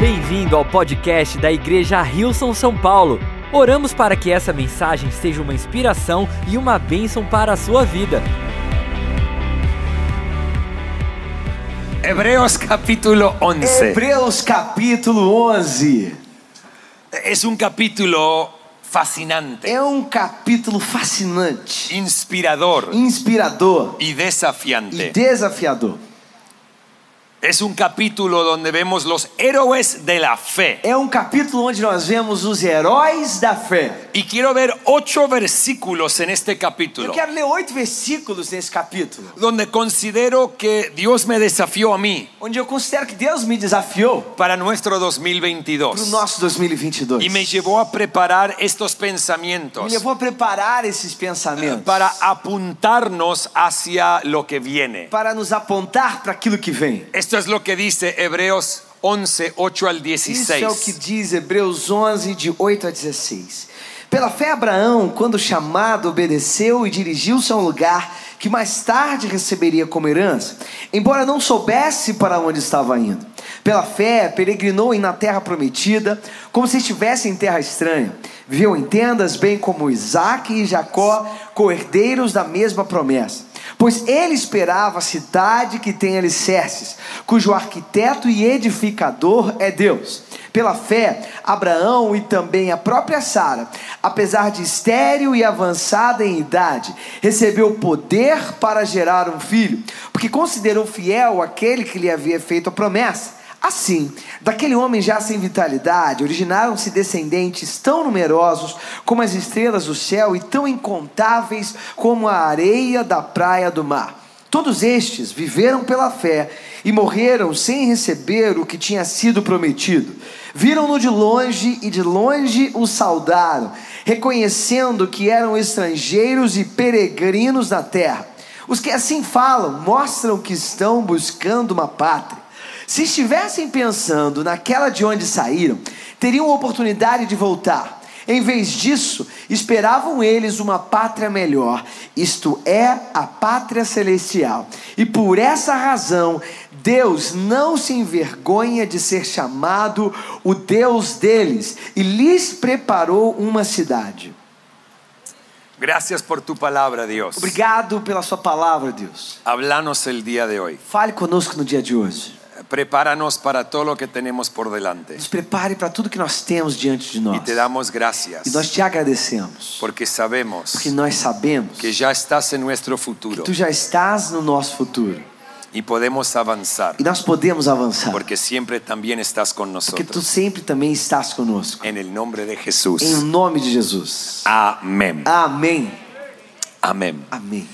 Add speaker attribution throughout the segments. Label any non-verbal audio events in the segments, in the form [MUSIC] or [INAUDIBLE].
Speaker 1: Bem-vindo ao podcast da Igreja Rilson São Paulo. Oramos para que essa mensagem seja uma inspiração e uma bênção para a sua vida.
Speaker 2: Hebreos capítulo
Speaker 3: É.
Speaker 2: 11.
Speaker 3: Hebreus capítulo 11 Eh,
Speaker 2: Es un capítulo fascinante,
Speaker 3: é um capítulo fascinante,
Speaker 2: inspirador
Speaker 3: inspirador
Speaker 2: y
Speaker 3: e É.
Speaker 2: desafiante.
Speaker 3: desafiador.
Speaker 2: Es un capítulo donde vemos los héroes de la fe.
Speaker 3: É um capítulo onde nós vemos os heróis da fé.
Speaker 2: Y quiero ver ocho versículos en este
Speaker 3: Eu
Speaker 2: capítulo
Speaker 3: quero ler oito versículos nesse capítulo,
Speaker 2: donde considero que Dios me desafió a mí
Speaker 3: onde eu considero que Deus me desafiou
Speaker 2: para nuestro
Speaker 3: para o
Speaker 2: 2022
Speaker 3: nosso 2022
Speaker 2: y me llevou a preparar estos
Speaker 3: Me
Speaker 2: pensamientos
Speaker 3: levou a preparar esses pensamentos
Speaker 2: para apuntarnos hacia lo que viene.
Speaker 3: para nos apontar para aquilo que vem.
Speaker 2: Esto es lo que dice Hebreos 11, 8 al
Speaker 3: Isso é o que
Speaker 2: 16.
Speaker 3: diz Hebreus 11, de 8 a 16. Pela fé, Abraão, quando chamado, obedeceu e dirigiu-se a um lugar que mais tarde receberia como herança, embora não soubesse para onde estava indo. Pela fé, peregrinou na terra prometida, como se estivesse em terra estranha. Viveu em tendas, bem como Isaac e Jacó, coerdeiros da mesma promessa. Pois ele esperava a cidade que tem alicerces, cujo arquiteto e edificador é Deus. Pela fé, Abraão e também a própria Sara, apesar de estéril e avançada em idade, recebeu poder para gerar um filho, porque considerou fiel aquele que lhe havia feito a promessa. Assim, daquele homem já sem vitalidade, originaram-se descendentes tão numerosos como as estrelas do céu e tão incontáveis como a areia da praia do mar. Todos estes viveram pela fé e morreram sem receber o que tinha sido prometido. Viram-no de longe e de longe o saudaram, reconhecendo que eram estrangeiros e peregrinos na terra. Os que assim falam mostram que estão buscando uma pátria. Se estivessem pensando naquela de onde saíram, teriam oportunidade de voltar. Em vez disso, esperavam eles uma pátria melhor, isto é, a pátria celestial. E por essa razão, Deus não se envergonha de ser chamado o Deus deles e lhes preparou uma cidade.
Speaker 2: Gracias por tu palabra, Dios.
Speaker 3: Obrigado pela Sua palavra, Deus.
Speaker 2: Hablanos el día de hoy.
Speaker 3: Fale conosco no dia de hoje.
Speaker 2: Prepáranos para todo lo que tenemos por delante.
Speaker 3: Nos prepare para tudo que nós temos diante de
Speaker 2: Y
Speaker 3: nós.
Speaker 2: te damos gracias
Speaker 3: E nós te agradecemos,
Speaker 2: porque sabemos
Speaker 3: porque nós sabemos
Speaker 2: que
Speaker 3: que
Speaker 2: ya estás en nuestro futuro
Speaker 3: tu já estás no nosso futuro
Speaker 2: y podemos avanzar
Speaker 3: e nós podemos avançar,
Speaker 2: porque siempre también estás con
Speaker 3: porque tu
Speaker 2: nosotros.
Speaker 3: sempre também estás conosco.
Speaker 2: En el nombre de
Speaker 3: Em
Speaker 2: Jesús.
Speaker 3: nome de Jesus.
Speaker 2: Amén.
Speaker 3: Amém.
Speaker 2: Amén.
Speaker 3: Amém.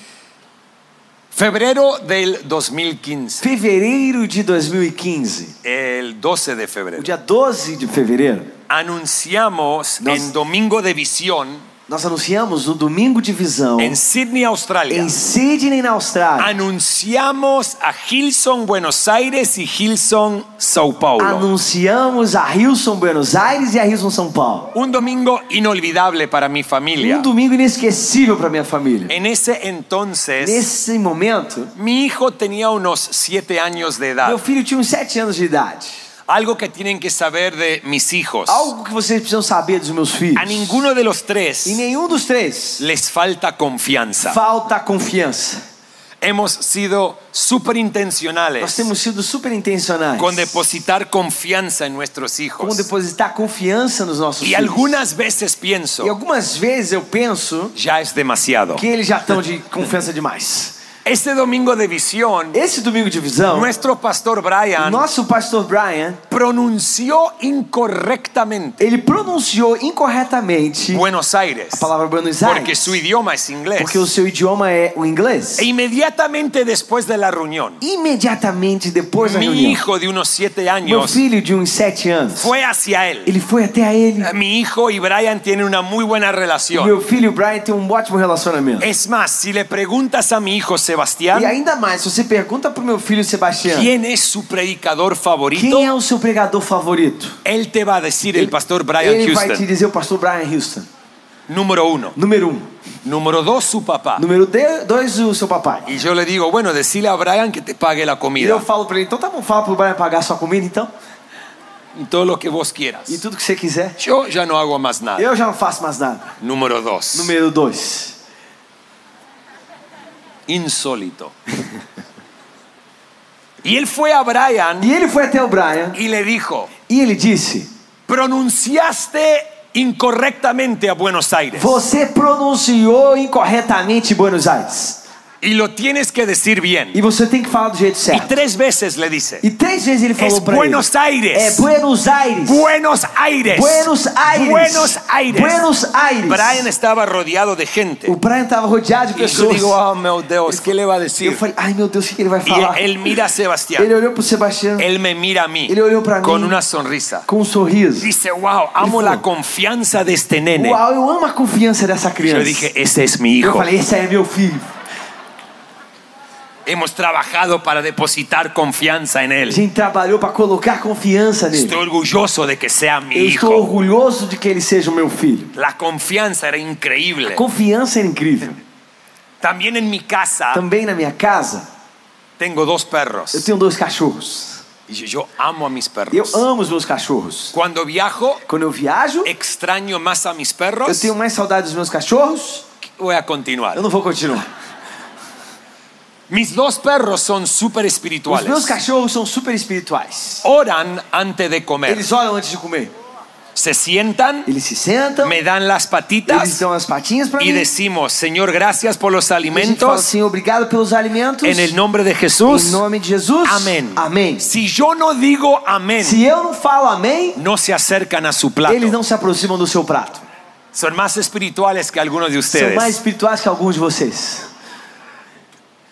Speaker 2: Febrero del 2015.
Speaker 3: Fevereiro de 2015,
Speaker 2: El 12 de febrero.
Speaker 3: o dia 12 de fevereiro,
Speaker 2: anunciamos
Speaker 3: Nos-
Speaker 2: en Domingo de Visión,
Speaker 3: nós anunciamos o Domingo de Visão
Speaker 2: en Sydney, Australia.
Speaker 3: em Sydney, na Austrália.
Speaker 2: Anunciamos a Hilson Buenos Aires y Hilson Sao Paulo.
Speaker 3: Anunciamos a Hilson Buenos Aires e a Hilson São Paulo.
Speaker 2: Un domingo inolvidable para mi familia.
Speaker 3: Um domingo inesquecível para minha família.
Speaker 2: En ese entonces,
Speaker 3: Nesse momento,
Speaker 2: mi hijo tenía unos siete años de edad.
Speaker 3: Meu filho tinha uns 7 anos de idade.
Speaker 2: Algo que tienen que saber de mis hijos.
Speaker 3: Algo que vocês precisam saber dos meus filhos.
Speaker 2: A ninguno de los
Speaker 3: Em
Speaker 2: tres
Speaker 3: nenhum dos três
Speaker 2: les falta confianza.
Speaker 3: falta confiança.
Speaker 2: Hemos sido súper
Speaker 3: Nós
Speaker 2: intencionales
Speaker 3: temos sido super intencionais
Speaker 2: con depositar confianza en nuestros
Speaker 3: com
Speaker 2: hijos.
Speaker 3: depositar confiança nos nossos
Speaker 2: Y
Speaker 3: filhos.
Speaker 2: algunas veces
Speaker 3: E
Speaker 2: pienso,
Speaker 3: algumas vezes eu penso
Speaker 2: ya es demasiado.
Speaker 3: que eles já estão de confiança demais.
Speaker 2: Este domingo de visión,
Speaker 3: Esse domingo de visão,
Speaker 2: nuestro pastor Brian
Speaker 3: nosso pastor Brian,
Speaker 2: pronunció incorrectamente
Speaker 3: ele pronunciou incorretamente
Speaker 2: Buenos Aires,
Speaker 3: a palavra Buenos
Speaker 2: é porque é
Speaker 3: Aires,
Speaker 2: su idioma es inglés.
Speaker 3: porque o seu idioma é o inglês.
Speaker 2: E inmediatamente después de la reunión,
Speaker 3: Imediatamente depois da
Speaker 2: mi
Speaker 3: reunião,
Speaker 2: hijo de unos siete
Speaker 3: meu
Speaker 2: años
Speaker 3: filho de uns 7 anos,
Speaker 2: fue hacia él. Eh,
Speaker 3: ele foi até a ele
Speaker 2: Mi hijo y Brian tienen una muy buena
Speaker 3: O
Speaker 2: relación.
Speaker 3: Meu filho Brian tem um ótimo relacionamento.
Speaker 2: Es más, si le preguntas a mi hijo Sebastián,
Speaker 3: E ainda mais, se você pergunta pro meu filho Sebastião,
Speaker 2: ¿quién es su predicador favorito?
Speaker 3: quem é o seu pregador favorito?
Speaker 2: Él te va a decir el então pastor Brian
Speaker 3: Ele vai te
Speaker 2: Houston.
Speaker 3: dizer o pastor Brian Houston.
Speaker 2: Número uno.
Speaker 3: Número um.
Speaker 2: Número dos, su papá.
Speaker 3: Número de- dois, o seu papai.
Speaker 2: Y yo le digo, bueno, decile a Brian que te pague la
Speaker 3: E
Speaker 2: comida.
Speaker 3: eu falo pra ele, então tá bom, fala pro Brian pagar sua comida então.
Speaker 2: en todo lo que vos quieras.
Speaker 3: e tudo que você quiser.
Speaker 2: Yo ya no hago más nada.
Speaker 3: Eu já não faço mais nada.
Speaker 2: Número dos.
Speaker 3: Número dois. [LAUGHS]
Speaker 2: Insólito. y él fue a Brian
Speaker 3: E ele foi até o Brian
Speaker 2: y le dijo,
Speaker 3: e ele disse:
Speaker 2: pronunciaste incorrectamente a Buenos Aires.
Speaker 3: Você pronunciou incorretamente Buenos Aires.
Speaker 2: Y lo tienes que decir bien.
Speaker 3: E você tem que falar do jeito
Speaker 2: Y
Speaker 3: certo.
Speaker 2: tres veces le dice,
Speaker 3: E três vezes ele falou
Speaker 2: Então, Es
Speaker 3: pra
Speaker 2: Buenos
Speaker 3: ele.
Speaker 2: Aires.
Speaker 3: É Buenos Aires.
Speaker 2: Buenos Aires.
Speaker 3: Buenos Aires.
Speaker 2: Buenos Aires.
Speaker 3: Buenos Aires.
Speaker 2: Brian estaba rodeado de gente.
Speaker 3: O Brian tava rodeado de
Speaker 2: Y yo
Speaker 3: pessoas.
Speaker 2: digo, oh, meu Dios, ¿qué le va a
Speaker 3: Eu
Speaker 2: decir?
Speaker 3: falei, ai meu Deus, o que que ele vai
Speaker 2: Y
Speaker 3: falar?
Speaker 2: él mira a Sebastián.
Speaker 3: Ele olhou pro Sebastião
Speaker 2: Él me mira a mí
Speaker 3: Él olhó para
Speaker 2: con
Speaker 3: mí.
Speaker 2: una sonrisa.
Speaker 3: com um sorriso.
Speaker 2: Dice, wow, amo
Speaker 3: Él
Speaker 2: la
Speaker 3: fue-
Speaker 2: confianza de este nene.
Speaker 3: Uau, eu amo a confiança dessa criança.
Speaker 2: Yo dije, ese es mi
Speaker 3: eu
Speaker 2: né? hijo.
Speaker 3: falei, esse aí é meu filho.
Speaker 2: Hemos trabajado para depositar confianza en
Speaker 3: A
Speaker 2: él.
Speaker 3: gente trabalhou para colocar confiança nele.
Speaker 2: Estoy orgulloso de que sea mi
Speaker 3: eu estou
Speaker 2: hijo.
Speaker 3: orgulhoso de que ele seja o meu filho.
Speaker 2: La confianza era increíble.
Speaker 3: Confiança é incrível.
Speaker 2: También en mi casa
Speaker 3: Também na minha casa,
Speaker 2: tengo dos
Speaker 3: eu
Speaker 2: perros.
Speaker 3: tenho dois cachorros.
Speaker 2: Y yo- yo amo a mis
Speaker 3: Eu
Speaker 2: perros.
Speaker 3: amo os meus cachorros.
Speaker 2: Cuando viajo,
Speaker 3: Quando eu viajo,
Speaker 2: extraño más a mis
Speaker 3: eu
Speaker 2: perros.
Speaker 3: tenho mais saudade dos meus cachorros.
Speaker 2: Voy a continuar.
Speaker 3: Eu não vou continuar.
Speaker 2: Mis dos perros son súper
Speaker 3: Os meus
Speaker 2: espirituales.
Speaker 3: cachorros são super espirituais.
Speaker 2: Oran antes de comer.
Speaker 3: Eles olham antes de comer.
Speaker 2: Se sientan,
Speaker 3: Eles se sentam,
Speaker 2: me dan las
Speaker 3: eles
Speaker 2: patitas
Speaker 3: dão as patinhas para
Speaker 2: y
Speaker 3: mim.
Speaker 2: decimos, Señor, gracias por los
Speaker 3: A gente fala
Speaker 2: alimentos.
Speaker 3: assim, obrigado pelos alimentos.
Speaker 2: En el nombre de
Speaker 3: Em
Speaker 2: Jesús.
Speaker 3: nome de Jesus.
Speaker 2: Amén.
Speaker 3: Amém.
Speaker 2: Si yo no digo amén,
Speaker 3: Se eu não falo amém,
Speaker 2: no se acercan a su plato.
Speaker 3: eles não se aproximam do seu prato.
Speaker 2: Son más espirituales que algunos de ustedes.
Speaker 3: São mais espirituais que alguns de vocês.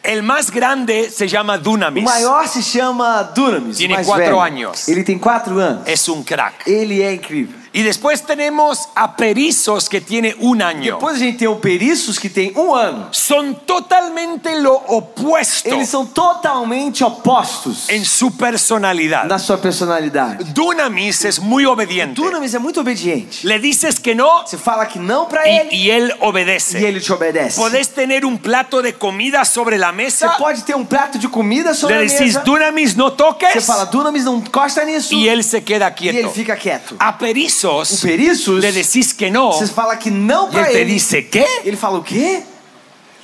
Speaker 2: El más grande se llama
Speaker 3: O
Speaker 2: Dunamis.
Speaker 3: maior se chama Dunamis. o
Speaker 2: Tiene
Speaker 3: mais
Speaker 2: quatro
Speaker 3: velho.
Speaker 2: anos.
Speaker 3: Ele tem quatro anos.
Speaker 2: Es un crack.
Speaker 3: Ele é incrível.
Speaker 2: Y después tenemos a Perizos que tiene un año.
Speaker 3: Depois a gente tem o Perissos, que tem um ano.
Speaker 2: Son totalmente lo opuesto
Speaker 3: Eles são totalmente opostos
Speaker 2: en su personalidad.
Speaker 3: na sua personalidade.
Speaker 2: Dunamis es muy obediente.
Speaker 3: Dunamis é muito obediente.
Speaker 2: Le dices que no
Speaker 3: Você fala que não pra ele
Speaker 2: y, y él
Speaker 3: e
Speaker 2: obedece.
Speaker 3: ele te obedece.
Speaker 2: Podés tener un plato de comida sobre la
Speaker 3: Você
Speaker 2: mesa.
Speaker 3: pode ter um prato de comida sobre
Speaker 2: Le
Speaker 3: a
Speaker 2: decís,
Speaker 3: mesa.
Speaker 2: Dunamis, no
Speaker 3: Você
Speaker 2: toques.
Speaker 3: fala, Dunamis não costa nisso.
Speaker 2: Y él se queda
Speaker 3: E ele
Speaker 2: é quieto. Ah,
Speaker 3: fica quieto.
Speaker 2: A
Speaker 3: O
Speaker 2: Perizos
Speaker 3: Perissos,
Speaker 2: le decís que no.
Speaker 3: você fala que não
Speaker 2: Y él
Speaker 3: pra
Speaker 2: te
Speaker 3: ele.
Speaker 2: dice, ¿qué?
Speaker 3: Ele fala o quê?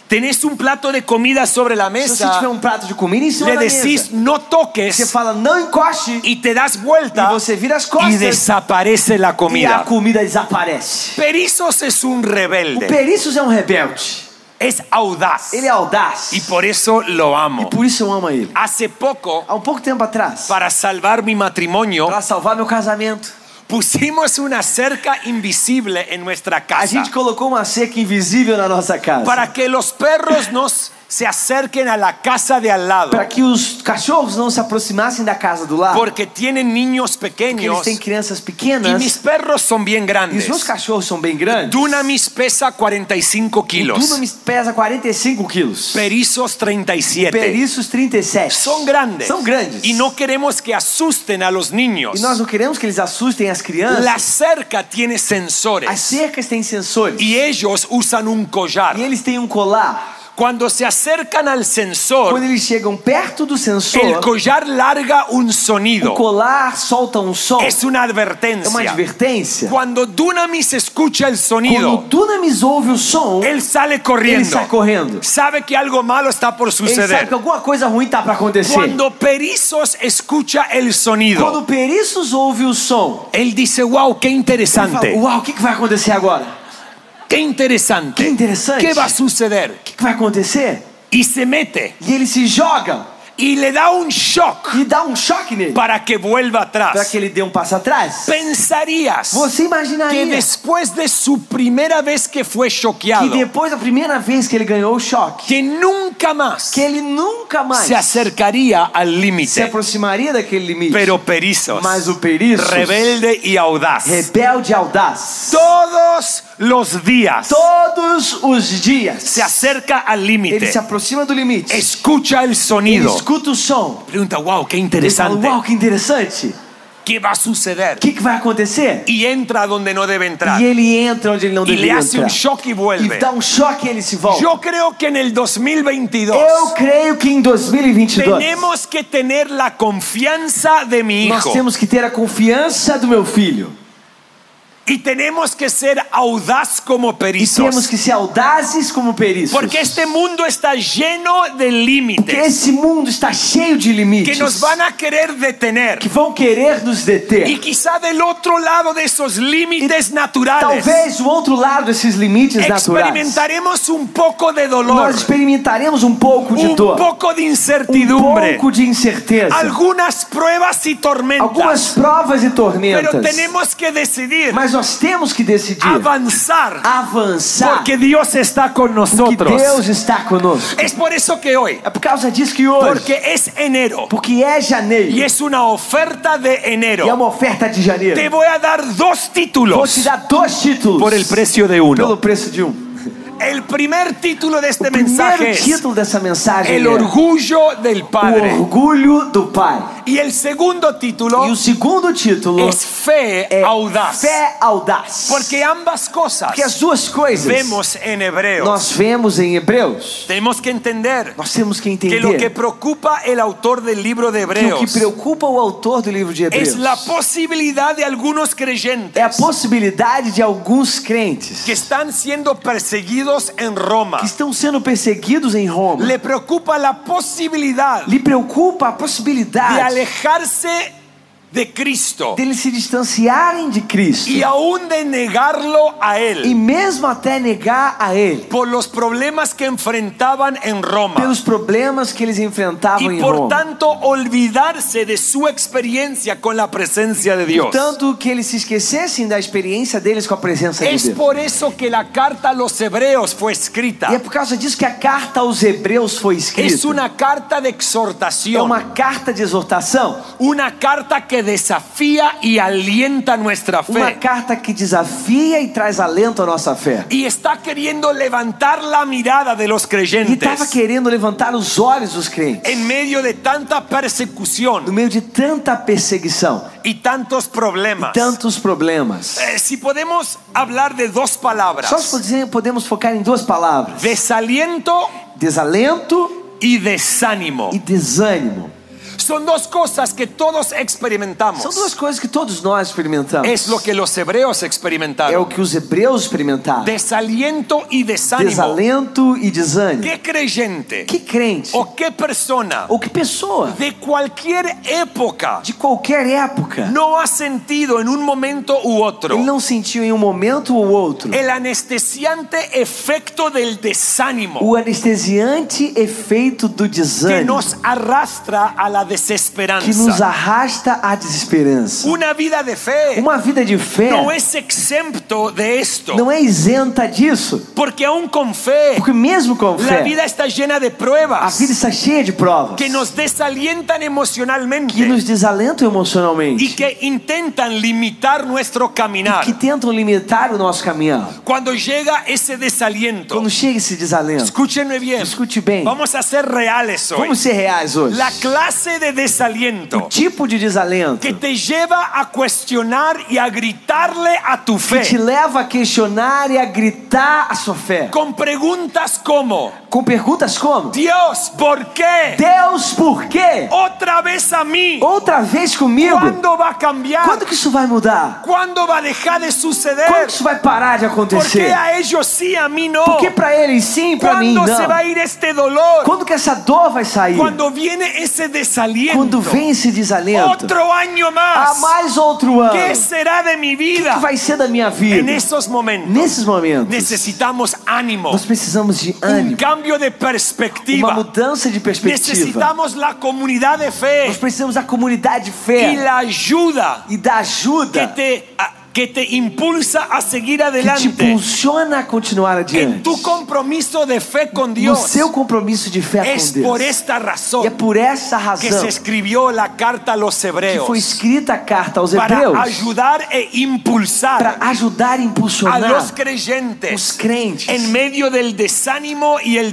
Speaker 2: Tenés un plato de comida sobre la
Speaker 3: Se você tiver
Speaker 2: mesa.
Speaker 3: um prato de comida em cima
Speaker 2: Le
Speaker 3: da
Speaker 2: decís,
Speaker 3: mesa,
Speaker 2: no
Speaker 3: você
Speaker 2: toques.
Speaker 3: fala não encoste
Speaker 2: Y te das
Speaker 3: e
Speaker 2: vuelta.
Speaker 3: você vira as
Speaker 2: Y
Speaker 3: costas
Speaker 2: desaparece la
Speaker 3: e a
Speaker 2: comida.
Speaker 3: comida desaparece.
Speaker 2: Perizos es un
Speaker 3: O
Speaker 2: rebelde.
Speaker 3: Perissos é um rebelde.
Speaker 2: Es audaz.
Speaker 3: Ele é audaz.
Speaker 2: Y por eso lo amo.
Speaker 3: Por isso eu amo ele.
Speaker 2: Hace poco,
Speaker 3: Há um pouco tempo atrás,
Speaker 2: para salvar mi matrimonio,
Speaker 3: para salvar meu casamento,
Speaker 2: pusimos una cerca invisible en nuestra
Speaker 3: a
Speaker 2: casa
Speaker 3: gente colocou uma cerca invisível na nossa casa.
Speaker 2: Tá. para que los perros nos se acerquen a la casa de al lado.
Speaker 3: Para que os cachorros não se aproximassem da casa do lado.
Speaker 2: Porque tienen niños
Speaker 3: Porque eles
Speaker 2: pequeños
Speaker 3: têm crianças
Speaker 2: y mis
Speaker 3: pequenas
Speaker 2: perros son bien
Speaker 3: e os meus
Speaker 2: grandes.
Speaker 3: cachorros são bem grandes.
Speaker 2: Dunamis pesa 45
Speaker 3: O
Speaker 2: kilos,
Speaker 3: Dunamis pesa 45 quilos.
Speaker 2: Perizos 37.
Speaker 3: Perissos 37.
Speaker 2: Son grandes.
Speaker 3: São grandes.
Speaker 2: Y no queremos que asusten a los niños.
Speaker 3: E nós não queremos que eles assustem as crianças.
Speaker 2: La cerca tiene
Speaker 3: As
Speaker 2: sensores
Speaker 3: cercas têm sensores.
Speaker 2: y ellos usan un collar.
Speaker 3: E eles têm um colar.
Speaker 2: Cuando se acercan al sensor,
Speaker 3: Quando eles chegam perto do
Speaker 2: el
Speaker 3: sensor,
Speaker 2: collar larga un
Speaker 3: o
Speaker 2: sonido.
Speaker 3: colar solta um som.
Speaker 2: Es una
Speaker 3: É uma
Speaker 2: advertencia.
Speaker 3: advertência.
Speaker 2: Cuando Dunamis escucha el
Speaker 3: Quando o
Speaker 2: sonido,
Speaker 3: Dunamis ouve o som,
Speaker 2: él sale
Speaker 3: ele
Speaker 2: corriendo.
Speaker 3: sai correndo.
Speaker 2: Sabe que algo malo está por
Speaker 3: Ele sabe
Speaker 2: suceder.
Speaker 3: que alguma coisa ruim tá pra acontecer.
Speaker 2: Cuando Perizos escucha el
Speaker 3: Quando
Speaker 2: sonido,
Speaker 3: o Perissos ouve o som,
Speaker 2: él dice, wow, qué
Speaker 3: ele fala,
Speaker 2: interesante.
Speaker 3: uau, o que, que vai acontecer agora? O
Speaker 2: Qué interesante.
Speaker 3: Qué interesante.
Speaker 2: ¿Qué va a suceder?
Speaker 3: que, que vai acontecer?
Speaker 2: Y se mete
Speaker 3: E ele se joga
Speaker 2: y le da un shock
Speaker 3: e dá um choque nele.
Speaker 2: para que vuelva
Speaker 3: Pra
Speaker 2: atrás.
Speaker 3: que ele dê um passo atrás.
Speaker 2: Pensarías
Speaker 3: Você
Speaker 2: que
Speaker 3: imaginaria
Speaker 2: después de su primera vez que fue
Speaker 3: que
Speaker 2: choqueado,
Speaker 3: depois da primeira vez que ele ganhou o choque,
Speaker 2: que nunca más
Speaker 3: que ele nunca mais
Speaker 2: se acercaría al
Speaker 3: se
Speaker 2: límite.
Speaker 3: aproximaria daquele limite.
Speaker 2: Pero Perizos,
Speaker 3: Mas o Perissos,
Speaker 2: rebelde y audaz,
Speaker 3: rebelde e audaz,
Speaker 2: todos los días
Speaker 3: todos os dias
Speaker 2: se acerca al
Speaker 3: ele
Speaker 2: límite,
Speaker 3: se aproxima do limite.
Speaker 2: escucha el
Speaker 3: Ele
Speaker 2: sonido,
Speaker 3: escuta o som.
Speaker 2: pregunta, wow, qué
Speaker 3: Ele fala,
Speaker 2: interesante.
Speaker 3: uau, que interessante.
Speaker 2: ¿Qué va a suceder?
Speaker 3: O que, que vai acontecer?
Speaker 2: Y entra donde no debe entrar.
Speaker 3: E ele entra onde ele não
Speaker 2: Y le
Speaker 3: deveria
Speaker 2: hace un
Speaker 3: entrar.
Speaker 2: shock y
Speaker 3: E
Speaker 2: vuelve.
Speaker 3: dá um choque e ele se volta.
Speaker 2: Yo creo que en el 2022
Speaker 3: Eu creio que em 2022
Speaker 2: tenemos que tener la confianza de mi
Speaker 3: nós
Speaker 2: hijo
Speaker 3: temos que ter a confiança do meu filho.
Speaker 2: y tenemos que ser audaz como
Speaker 3: E temos
Speaker 2: perizos.
Speaker 3: que ser audazes como peritos.
Speaker 2: Porque este mundo está lleno de
Speaker 3: Porque
Speaker 2: límites
Speaker 3: esse mundo está cheio de limites
Speaker 2: que nos van a querer detener.
Speaker 3: que vão querer nos deter.
Speaker 2: Y quizá del otro lado de esos límites naturales
Speaker 3: Talvez o outro lado desses limites naturais.
Speaker 2: experimentaremos un poco de dolor,
Speaker 3: Nós experimentaremos um pouco de
Speaker 2: un
Speaker 3: dor,
Speaker 2: poco de
Speaker 3: um
Speaker 2: incertidumbre,
Speaker 3: pouco de incerteza,
Speaker 2: algunas pruebas y tormentas.
Speaker 3: algumas provas e
Speaker 2: Pero
Speaker 3: tormentas.
Speaker 2: tenemos que decidir
Speaker 3: Mas nós temos que decidir
Speaker 2: avanzar
Speaker 3: avançar,
Speaker 2: porque Dios está con
Speaker 3: porque
Speaker 2: nosotros.
Speaker 3: Deus está conosco.
Speaker 2: Es por eso que hoy,
Speaker 3: É por causa disso que hoje,
Speaker 2: porque es enero
Speaker 3: porque é janeiro
Speaker 2: y es una oferta de
Speaker 3: e é
Speaker 2: enero,
Speaker 3: uma oferta de janeiro,
Speaker 2: te voy a dar dos
Speaker 3: vou te
Speaker 2: títulos
Speaker 3: dar dois títulos
Speaker 2: por el precio de
Speaker 3: pelo
Speaker 2: uno.
Speaker 3: preço de um.
Speaker 2: El primer título de
Speaker 3: O
Speaker 2: este mensaje
Speaker 3: primeiro
Speaker 2: es
Speaker 3: título dessa mensagem
Speaker 2: El
Speaker 3: é
Speaker 2: orgullo del
Speaker 3: O
Speaker 2: Padre.
Speaker 3: Orgulho do Pai.
Speaker 2: Y el segundo título
Speaker 3: E o segundo título
Speaker 2: es Eh, Fe
Speaker 3: é
Speaker 2: Audaz.
Speaker 3: Fé Audaz.
Speaker 2: Porque ambas cosas
Speaker 3: Porque as duas coisas
Speaker 2: vemos en hebreo.
Speaker 3: nós vemos em Hebreus,
Speaker 2: Tenemos que entender
Speaker 3: nós temos que
Speaker 2: que
Speaker 3: entender
Speaker 2: lo que preocupa el autor del libro de
Speaker 3: que o que
Speaker 2: Hebreos
Speaker 3: preocupa o autor do livro de Hebreus
Speaker 2: es la posibilidad de algunos
Speaker 3: é a
Speaker 2: creyentes
Speaker 3: possibilidade de alguns crentes
Speaker 2: que están siendo perseguidos en Roma.
Speaker 3: que estão sendo perseguidos em Roma.
Speaker 2: Le preocupa la posibilidad
Speaker 3: Lhe preocupa a
Speaker 2: de
Speaker 3: possibilidade
Speaker 2: alejarse de Cristo
Speaker 3: deles se distanciarem de Cristo
Speaker 2: y aún de negarlo a Él.
Speaker 3: e mesmo até negar a Ele
Speaker 2: por los problemas que enfrentaban en Roma
Speaker 3: pelos problemas que eles enfrentavam
Speaker 2: y
Speaker 3: em
Speaker 2: por
Speaker 3: Roma.
Speaker 2: tanto olvidarse de su experiencia con la presencia de Dios.
Speaker 3: Tanto que eles se esquecessem da experiência deles com a presença
Speaker 2: Es
Speaker 3: de Deus.
Speaker 2: por eso que la carta a los hebreos fue
Speaker 3: E é
Speaker 2: escrita.
Speaker 3: por causa disso que a carta aos Hebreus foi escrita.
Speaker 2: Es una carta de
Speaker 3: É
Speaker 2: exhortación,
Speaker 3: uma carta de exortação,
Speaker 2: una carta que desafía y alienta nuestra
Speaker 3: uma
Speaker 2: fe.
Speaker 3: carta que desafia e traz alento à nossa fé.
Speaker 2: Y está queriendo levantar la mirada de los
Speaker 3: E estava
Speaker 2: creyentes
Speaker 3: querendo levantar os olhos dos crentes
Speaker 2: en medio de tanta
Speaker 3: no
Speaker 2: persecución
Speaker 3: meio de tanta perseguição,
Speaker 2: y tantos problemas.
Speaker 3: tantos problemas.
Speaker 2: Eh, si podemos hablar de dos palabras.
Speaker 3: Só se pode- podemos focar em duas palavras:
Speaker 2: Desaliento
Speaker 3: desalento
Speaker 2: y desánimo.
Speaker 3: e desânimo.
Speaker 2: Son dos cosas que todos experimentamos.
Speaker 3: São duas coisas que todos nós experimentamos.
Speaker 2: Es lo que los hebreos
Speaker 3: É o
Speaker 2: experimentaron.
Speaker 3: que os hebreus experimentaram:
Speaker 2: Desaliento y desánimo.
Speaker 3: desalento e desânimo.
Speaker 2: ¿Qué creyente
Speaker 3: Que crente
Speaker 2: o qué persona
Speaker 3: ou que pessoa
Speaker 2: de cualquier época
Speaker 3: de qualquer época
Speaker 2: no ha sentido en un momento u otro
Speaker 3: Ele não sentiu em um momento ou outro
Speaker 2: el anestesiante efecto del desánimo
Speaker 3: o anestesiante efeito do
Speaker 2: que
Speaker 3: desânimo
Speaker 2: nos arrastra a la
Speaker 3: que nos
Speaker 2: desesperanza?
Speaker 3: arrasta à desesperança.
Speaker 2: Una vida de fe
Speaker 3: Uma vida de fé
Speaker 2: no es exento de esto.
Speaker 3: não é isenta disso,
Speaker 2: Porque aún con fe,
Speaker 3: porque mesmo com
Speaker 2: É. la
Speaker 3: fé,
Speaker 2: vida está llena de
Speaker 3: a
Speaker 2: pruebas
Speaker 3: vida está cheia de provas
Speaker 2: que nos desalientan
Speaker 3: que nos
Speaker 2: emocionalmente
Speaker 3: desalentam
Speaker 2: y
Speaker 3: emocionalmente,
Speaker 2: que intentan limitar nuestro caminar.
Speaker 3: que tentam limitar o nosso caminhar.
Speaker 2: Cuando llega ese desaliento,
Speaker 3: Quando chega esse desalento,
Speaker 2: escúchenme bien,
Speaker 3: escute bem,
Speaker 2: vamos a ser reales hoy.
Speaker 3: vamos ser reais hoje.
Speaker 2: La clase de
Speaker 3: O
Speaker 2: desaliento
Speaker 3: tipo de desalento
Speaker 2: que te lleva a cuestionar y a gritarle a tu
Speaker 3: que te
Speaker 2: fe
Speaker 3: leva a questionar e a gritar a sua fé.
Speaker 2: con preguntas como,
Speaker 3: Com perguntas como:
Speaker 2: Dios, ¿por qué?
Speaker 3: Deus, por quê?
Speaker 2: Otra vez a mí.
Speaker 3: Outra vez comigo?
Speaker 2: ¿Cuándo va a cambiar?
Speaker 3: Quando que isso vai mudar?
Speaker 2: ¿Cuándo va a dejar de
Speaker 3: Quando
Speaker 2: suceder?
Speaker 3: que isso vai parar de
Speaker 2: ¿Por qué
Speaker 3: acontecer?
Speaker 2: é a ellos sí, a mí no?
Speaker 3: Por que pra eles sim, pra mim
Speaker 2: ¿Cuándo se va a
Speaker 3: não?
Speaker 2: ir este dolor?
Speaker 3: Quando que essa dor vai sair?
Speaker 2: Cuando viene ese desaliento.
Speaker 3: Quando vem esse desalento?
Speaker 2: Otro año
Speaker 3: Há
Speaker 2: más.
Speaker 3: mais outro ano.
Speaker 2: ¿Qué
Speaker 3: O
Speaker 2: será de mi vida? É
Speaker 3: que vai ser da minha
Speaker 2: En
Speaker 3: vida?
Speaker 2: esos momentos
Speaker 3: Nesses momentos,
Speaker 2: necesitamos ánimo,
Speaker 3: nós precisamos de
Speaker 2: un
Speaker 3: ânimo,
Speaker 2: cambio de
Speaker 3: uma
Speaker 2: perspectiva.
Speaker 3: mudança de perspectiva.
Speaker 2: Necesitamos la comunidad de
Speaker 3: Nós
Speaker 2: fe
Speaker 3: precisamos da comunidade de
Speaker 2: y
Speaker 3: fé
Speaker 2: la ayuda
Speaker 3: e da
Speaker 2: que
Speaker 3: ajuda
Speaker 2: te a- que te impulsa a seguir
Speaker 3: que te
Speaker 2: adelante
Speaker 3: impulsiona a continuar
Speaker 2: en
Speaker 3: adiante.
Speaker 2: tu compromisso de fe con
Speaker 3: No
Speaker 2: Dios.
Speaker 3: seu compromisso de fé
Speaker 2: Es
Speaker 3: com Deus.
Speaker 2: por esta
Speaker 3: E é
Speaker 2: razón
Speaker 3: por essa
Speaker 2: que
Speaker 3: razão
Speaker 2: se escribió la carta a los
Speaker 3: que
Speaker 2: hebreos
Speaker 3: foi escrita a carta aos
Speaker 2: para
Speaker 3: hebreus
Speaker 2: ayudar e impulsar
Speaker 3: para ajudar e
Speaker 2: a los
Speaker 3: impulsionar os
Speaker 2: creyentes
Speaker 3: crentes
Speaker 2: en medio del desánimo y el
Speaker 3: no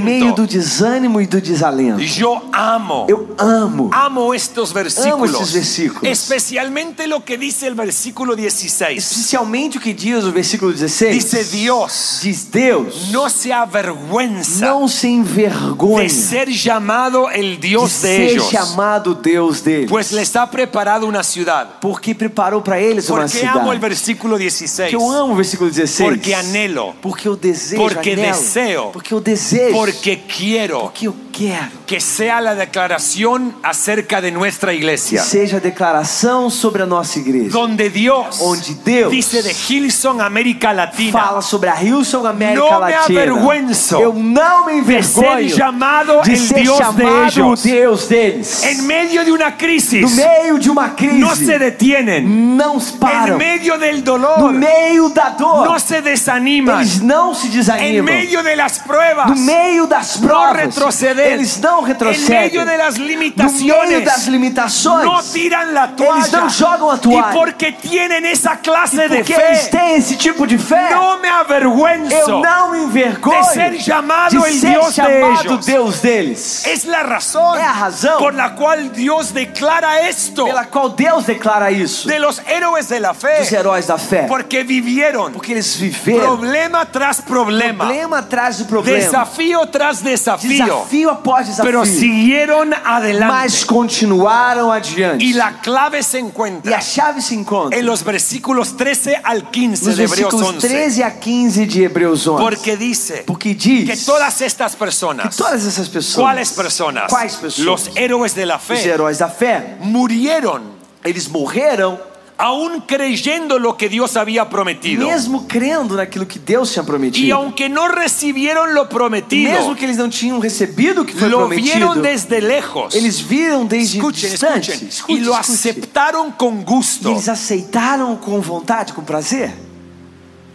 Speaker 3: meio
Speaker 2: desaliento.
Speaker 3: do desânimo e do desalento.
Speaker 2: Yo amo.
Speaker 3: Eu amo.
Speaker 2: Amo estos versículos.
Speaker 3: esses versículos.
Speaker 2: Especialmente lo que dice el versículo 16.
Speaker 3: Especialmente o que diz o versículo 16.
Speaker 2: Dice Dios,
Speaker 3: Diz Deus,
Speaker 2: no se avergüenza
Speaker 3: não se envergonhe
Speaker 2: de ser llamado el
Speaker 3: de
Speaker 2: Dios de
Speaker 3: ser
Speaker 2: ellos,
Speaker 3: chamado Deus dele,
Speaker 2: pues les ha preparado una ciudad.
Speaker 3: porque preparou para eles uma
Speaker 2: ¿Por qué amo el
Speaker 3: cidade.
Speaker 2: versículo 16?
Speaker 3: Porque eu amo o versículo 16.
Speaker 2: Porque anelo.
Speaker 3: Porque eu desejo.
Speaker 2: Porque
Speaker 3: anelo,
Speaker 2: deseo.
Speaker 3: Porque eu desejo.
Speaker 2: Porque quiero
Speaker 3: que eu quero.
Speaker 2: que sea la declaración acerca de nuestra
Speaker 3: Que
Speaker 2: iglesia,
Speaker 3: seja a declaração sobre a nossa igreja.
Speaker 2: donde Dios
Speaker 3: Onde Deus
Speaker 2: dice de Hilson América Latina.
Speaker 3: Fala sobre a Hilson América
Speaker 2: Não me
Speaker 3: Latina.
Speaker 2: avergüenzo
Speaker 3: eu não me
Speaker 2: de ser
Speaker 3: envergonho
Speaker 2: llamado
Speaker 3: de
Speaker 2: el
Speaker 3: ser
Speaker 2: Dios de
Speaker 3: chamado o
Speaker 2: ellos.
Speaker 3: Deus deles.
Speaker 2: En medio de una
Speaker 3: no
Speaker 2: crisis,
Speaker 3: meio de uma crise,
Speaker 2: no se detienen.
Speaker 3: não param.
Speaker 2: En medio del
Speaker 3: no
Speaker 2: dolor,
Speaker 3: meio da dor,
Speaker 2: no se desaniman.
Speaker 3: eles não se
Speaker 2: En
Speaker 3: desanimam.
Speaker 2: medio de las pruebas,
Speaker 3: no meio das
Speaker 2: no
Speaker 3: provas,
Speaker 2: retroceden.
Speaker 3: eles não
Speaker 2: En
Speaker 3: retrocedem.
Speaker 2: medio de las
Speaker 3: no meio das
Speaker 2: limitaciones, no
Speaker 3: limitações,
Speaker 2: tiran la
Speaker 3: eles não
Speaker 2: toalla.
Speaker 3: jogam a
Speaker 2: Y
Speaker 3: toalha.
Speaker 2: porque tienen esa clase de
Speaker 3: porque eles
Speaker 2: fe,
Speaker 3: têm esse tipo de fé,
Speaker 2: no me
Speaker 3: eu
Speaker 2: avergüenzo.
Speaker 3: não me envergonho
Speaker 2: de ser chamado
Speaker 3: de
Speaker 2: el
Speaker 3: ser
Speaker 2: Deus de
Speaker 3: chamado
Speaker 2: ellos.
Speaker 3: Deus deles.
Speaker 2: Es la razón
Speaker 3: É a razão.
Speaker 2: por la cual Dios declara esto
Speaker 3: pela qual Deus declara isso
Speaker 2: de los héroes de la
Speaker 3: dos
Speaker 2: fe,
Speaker 3: heróis da fé,
Speaker 2: porque vivieron
Speaker 3: porque eles viveram
Speaker 2: problema tras problema,
Speaker 3: problema atrás de problema,
Speaker 2: desafío tras desafío,
Speaker 3: desafio após
Speaker 2: pero
Speaker 3: desafio,
Speaker 2: siguieron adelante.
Speaker 3: mas continuaram adiante.
Speaker 2: Y la clave se
Speaker 3: E a
Speaker 2: encuentra
Speaker 3: chave se encontra
Speaker 2: en los versículos 13 al 15
Speaker 3: nos
Speaker 2: de Hebreos
Speaker 3: versículos
Speaker 2: 11,
Speaker 3: 13 a 15 de Hebreus 11,
Speaker 2: porque dice
Speaker 3: porque diz
Speaker 2: que todas estas personas,
Speaker 3: todas essas pessoas,
Speaker 2: ¿cuáles personas?
Speaker 3: quais pessoas,
Speaker 2: Los héroes de la
Speaker 3: os
Speaker 2: fe
Speaker 3: heróis da fé,
Speaker 2: murieron
Speaker 3: eles morreram
Speaker 2: aún creyendo lo que Dios había prometido.
Speaker 3: mesmo crendo naquilo que Deus tinha
Speaker 2: Y
Speaker 3: prometido,
Speaker 2: aunque no recibieron lo prometido,
Speaker 3: mesmo que eles não tinham recebido o que foi
Speaker 2: lo
Speaker 3: prometido,
Speaker 2: vieron desde lejos.
Speaker 3: Eles viram desde
Speaker 2: escuchen,
Speaker 3: distante
Speaker 2: escuchen.
Speaker 3: Escute,
Speaker 2: y lo
Speaker 3: escute.
Speaker 2: aceptaron con
Speaker 3: E
Speaker 2: gusto.
Speaker 3: eles aceitaram com vontade, com prazer.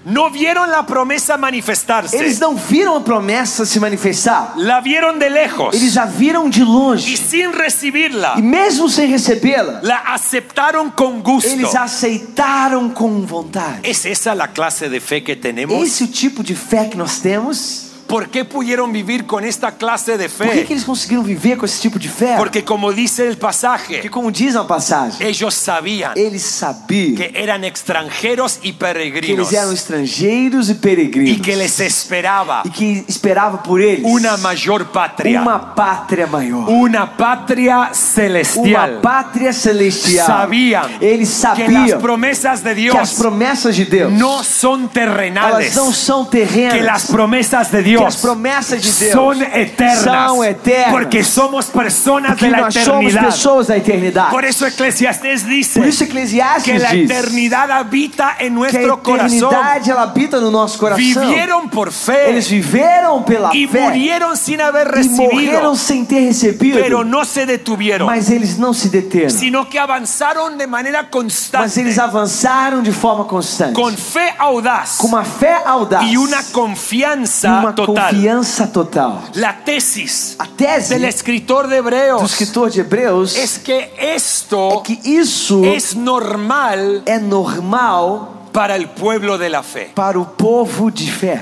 Speaker 2: No vieron la promesa manifestarse.
Speaker 3: Eles não viram a promessa se manifestar.
Speaker 2: La vieron de lejos.
Speaker 3: Eles a viram de
Speaker 2: Y
Speaker 3: longe.
Speaker 2: sin recibirla,
Speaker 3: E mesmo sem recebê-la,
Speaker 2: la aceptaron con gusto.
Speaker 3: eles aceitaram com vontade.
Speaker 2: ¿Es esa la clase de fe que tenemos?
Speaker 3: Esse é o tipo de fé que nós temos.
Speaker 2: ¿Por qué pudieron vivir con esta clase de
Speaker 3: Por que,
Speaker 2: fe?
Speaker 3: que eles conseguiram viver com esse tipo de fé?
Speaker 2: Porque como dice el
Speaker 3: Porque,
Speaker 2: pasaje,
Speaker 3: como diz na passagem,
Speaker 2: ellos sabían
Speaker 3: eles sabiam
Speaker 2: que eran extranjeros y
Speaker 3: Eh, que
Speaker 2: peregrinos
Speaker 3: eles eram estrangeiros e
Speaker 2: y
Speaker 3: peregrinos
Speaker 2: que les esperaba
Speaker 3: e que esperava por eles
Speaker 2: una mayor patria.
Speaker 3: uma pátria maior.
Speaker 2: Una patria celestial.
Speaker 3: uma pátria celestial.
Speaker 2: Sabían
Speaker 3: Eles
Speaker 2: Um que
Speaker 3: sabiam
Speaker 2: las promesas de
Speaker 3: que as
Speaker 2: Dios
Speaker 3: promessas de Deus
Speaker 2: no son
Speaker 3: elas
Speaker 2: terrenales.
Speaker 3: não são terrenas.
Speaker 2: Que las promesas de
Speaker 3: que
Speaker 2: Dios
Speaker 3: as promessas de Deus
Speaker 2: son eternas.
Speaker 3: são eternas.
Speaker 2: Porque somos personas
Speaker 3: porque
Speaker 2: de la
Speaker 3: nós somos
Speaker 2: eternidad.
Speaker 3: pessoas da eternidade.
Speaker 2: Por eso Eclesiastes dice
Speaker 3: Por isso Eclesiastes
Speaker 2: que la
Speaker 3: diz
Speaker 2: eternidad habita en
Speaker 3: que a
Speaker 2: nuestro corazón.
Speaker 3: eternidade ela habita no nosso coração.
Speaker 2: Vivieron por fe
Speaker 3: Eles viveram pela
Speaker 2: y
Speaker 3: fé
Speaker 2: murieron sin haber
Speaker 3: e
Speaker 2: recibido,
Speaker 3: morreram sem ter recebido,
Speaker 2: pero no se detuvieron.
Speaker 3: mas eles não se deteram.
Speaker 2: sino que avanzaron de manera
Speaker 3: Mas
Speaker 2: constante,
Speaker 3: eles avançaram de forma constante,
Speaker 2: con fe audaz
Speaker 3: com uma fé audaz
Speaker 2: y una
Speaker 3: e
Speaker 2: confianza
Speaker 3: uma
Speaker 2: total.
Speaker 3: confiança e total.
Speaker 2: La tesis
Speaker 3: A tese
Speaker 2: del escritor de
Speaker 3: do
Speaker 2: Hebreos
Speaker 3: escritor de Hebreus
Speaker 2: es que
Speaker 3: é
Speaker 2: esto
Speaker 3: que isso
Speaker 2: es normal
Speaker 3: é normal
Speaker 2: para el pueblo de la fe.
Speaker 3: para o povo de fé.